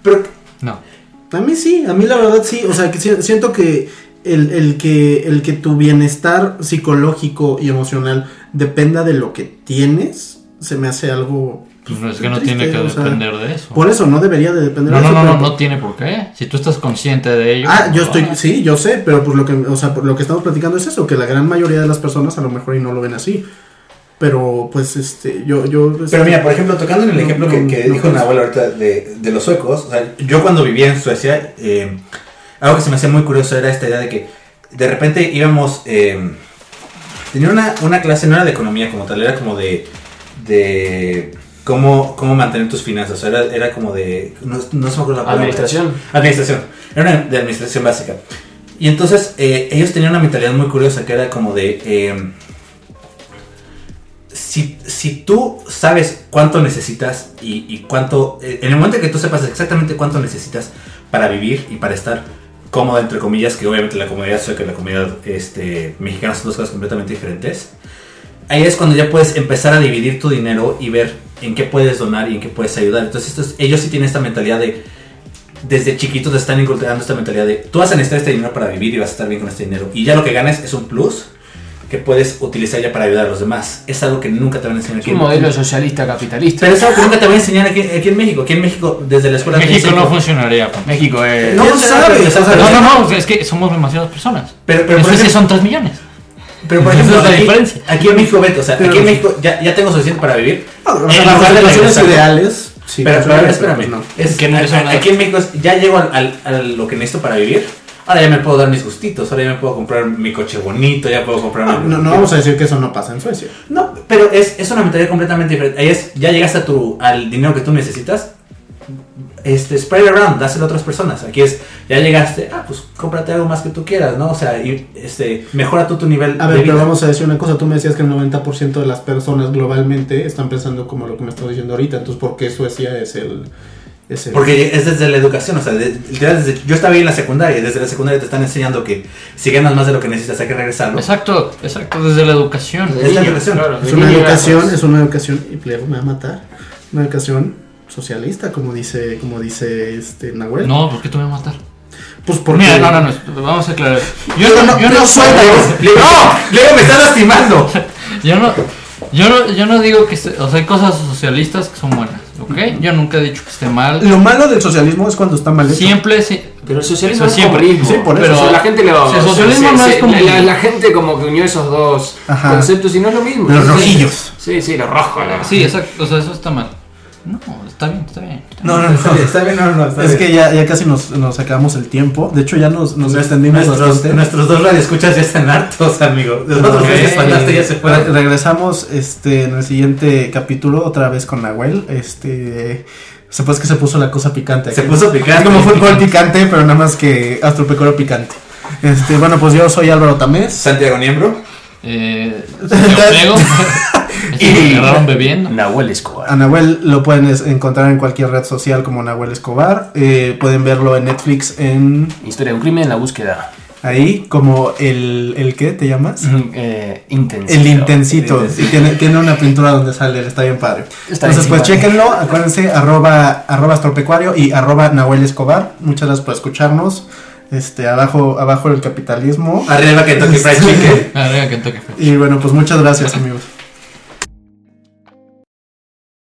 pero- No. A mí sí, a mí la verdad sí. O sea, que si- siento que el, el que el que tu bienestar psicológico y emocional dependa de lo que tienes, se me hace algo. Pues no, es que no triste, tiene que o sea, depender de eso. Por eso no debería de depender No, de no, eso, no, pero- pues, no, no tiene por qué. Si tú estás consciente de ello. Ah, pues, yo lo estoy, hagas. sí, yo sé, pero por lo que, o sea, por lo que estamos platicando es eso, que la gran mayoría de las personas a lo mejor y no lo ven así. Pero pues este, yo, yo. este, Pero mira, por ejemplo, tocando en el No, ejemplo que, no, que no, dijo no. Nahuel ahorita de, de los suecos, o sea, yo cuando vivía en Suecia, eh, algo que se me hacía muy curioso era esta idea de que de repente íbamos, eh, Tenía una, una clase, no era de economía como tal, era como de. de cómo, cómo mantener tus finanzas. o sea, era, era como de. No, no se me acuerdo la palabra. Administración. Administración. Era una de administración básica. Y entonces eh, ellos tenían una mentalidad muy curiosa que era como de. eh, si, si tú sabes cuánto necesitas y, y cuánto. eh, En el momento en que tú sepas exactamente cuánto necesitas para vivir y para estar cómodo, entre comillas, que obviamente la comunidad sueca y la comunidad este, mexicana son dos cosas completamente diferentes. Ahí es cuando ya puedes empezar a dividir tu dinero y ver en qué puedes donar y en qué puedes ayudar. Entonces, esto es- ellos sí tienen esta mentalidad de desde chiquitos están inculcando esta mentalidad de tú vas a necesitar este dinero para vivir y vas a estar bien con este dinero. Y ya lo que ganes es un plus que puedes utilizar ya para ayudar a los demás. Es algo que nunca te van a enseñar Es aquí. un en- modelo socialista capitalista. Pero es algo que nunca te van a enseñar aquí, aquí en México. Aquí en México, desde la escuela... te México enseñan- no funcionaría. pa. México es. No Ya sé, sabes, pero- o sea, No, no, no, es que somos demasiadas personas. Pero, pero, por Entonces sí ejemplo, son 3 millones. pero por esa es ejemplo, la aquí, diferencia. aquí en México, vete, o sea, Pero- aquí en México ya, ya tengo suficiente para vivir. O En Eh, sea, las lugar de relaciones regresar- ideales. Sí, pero, pero, funcionan, espérame, pues, no. es Que no a- son nada. aquí en México es- ya llego al, al- a lo que necesito para vivir. Ahora ya me puedo dar mis gustitos, ahora ya me puedo comprar mi coche bonito, ya puedo comprar... No, una- no, no vamos a decir que eso no pasa en Suecia. No, pero es, es una mentalidad completamente diferente. Ahí es, ya llegaste a tu, al dinero que tú necesitas. Este, spread it around, dáselo a otras personas. Aquí es, ya llegaste, ah, pues cómprate algo más que tú quieras, ¿no? O sea, y, este, mejora tú tu nivel A de ver, vida. pero vamos a decir una cosa. Tú me decías que el 90% de las personas globalmente están pensando como lo que me estás diciendo ahorita. Entonces, ¿por qué Suecia es el...? Es el Porque es desde la educación, o sea, de- ya desde- yo estaba ahí en la secundaria, y desde la secundaria te están enseñando que si ganas más de lo que necesitas hay que regresarlo. Exacto, exacto, desde la educación. Es la educación. es una pues. educación, es una educación, y Pleo me va a matar, una educación socialista, como dice, como dice este Nahuel. No, porque tú me vas a matar. Pues porque... Mira, no, no, no, vamos a aclarar. Yo Pero no, no, yo pero no soy suelta, Leo, *laughs* Leo me está lastimando. Yo no, yo no, yo no digo que, se- o sea, hay cosas socialistas que son buenas, ¿ok? Yo nunca he dicho que esté mal. Lo malo del socialismo es cuando está mal hecho. Siempre, sí. Pero el socialismo Eso es siempre. comunismo. Sí, por eso, Pero o sea, la gente lo. o sea, el socialismo no es comunismo. La, la gente como que unió esos dos Ajá. conceptos y no es lo mismo. Los Sí, rojillos. Sí, sí, los rojos. la- Sí, exacto, o sea, eso está mal. No, está bien, está bien. está bien. No, no, no, está bien, está bien, no, no, está Es bien. que ya, ya casi nos, nos acabamos el tiempo. De hecho, ya nos, nos extendimos Nuestros, bastante. nuestros dos radioescuchas ya están hartos, amigo. Los otros Ok. que se espantaste ya se Re- fueron. regresamos este, en el siguiente capítulo, otra vez con Nahuel. Este, se pues que se puso la cosa picante. Se aquí. puso Es picante. como fútbol picante, pero nada más que astropecoro picante. Este, bueno, pues yo soy Álvaro Tamés. Santiago Niembro. *laughs* Eh, señor Pliego, *laughs* este, me agarraron bebiendo. Nahuel Escobar. A Nahuel lo pueden es- encontrar en cualquier red social como Nahuel Escobar. Eh, pueden verlo en Netflix en Historia de un crimen en la búsqueda. ahí como el, el ¿qué te Mm, llamas? Eh, intenso. El intensito. El Intensito. Y tiene, tiene una pintura donde sale, está bien padre. Está Entonces, bien pues chingón. chéquenlo, acuérdense, arroba, arroba astropecuario y arroba Nahuel Escobar. Muchas gracias por escucharnos. Este, abajo, abajo el capitalismo. Arriba Kentucky Fried Chicken. Ah, Arriba Kentucky Fried. Y bueno, pues muchas gracias, amigos.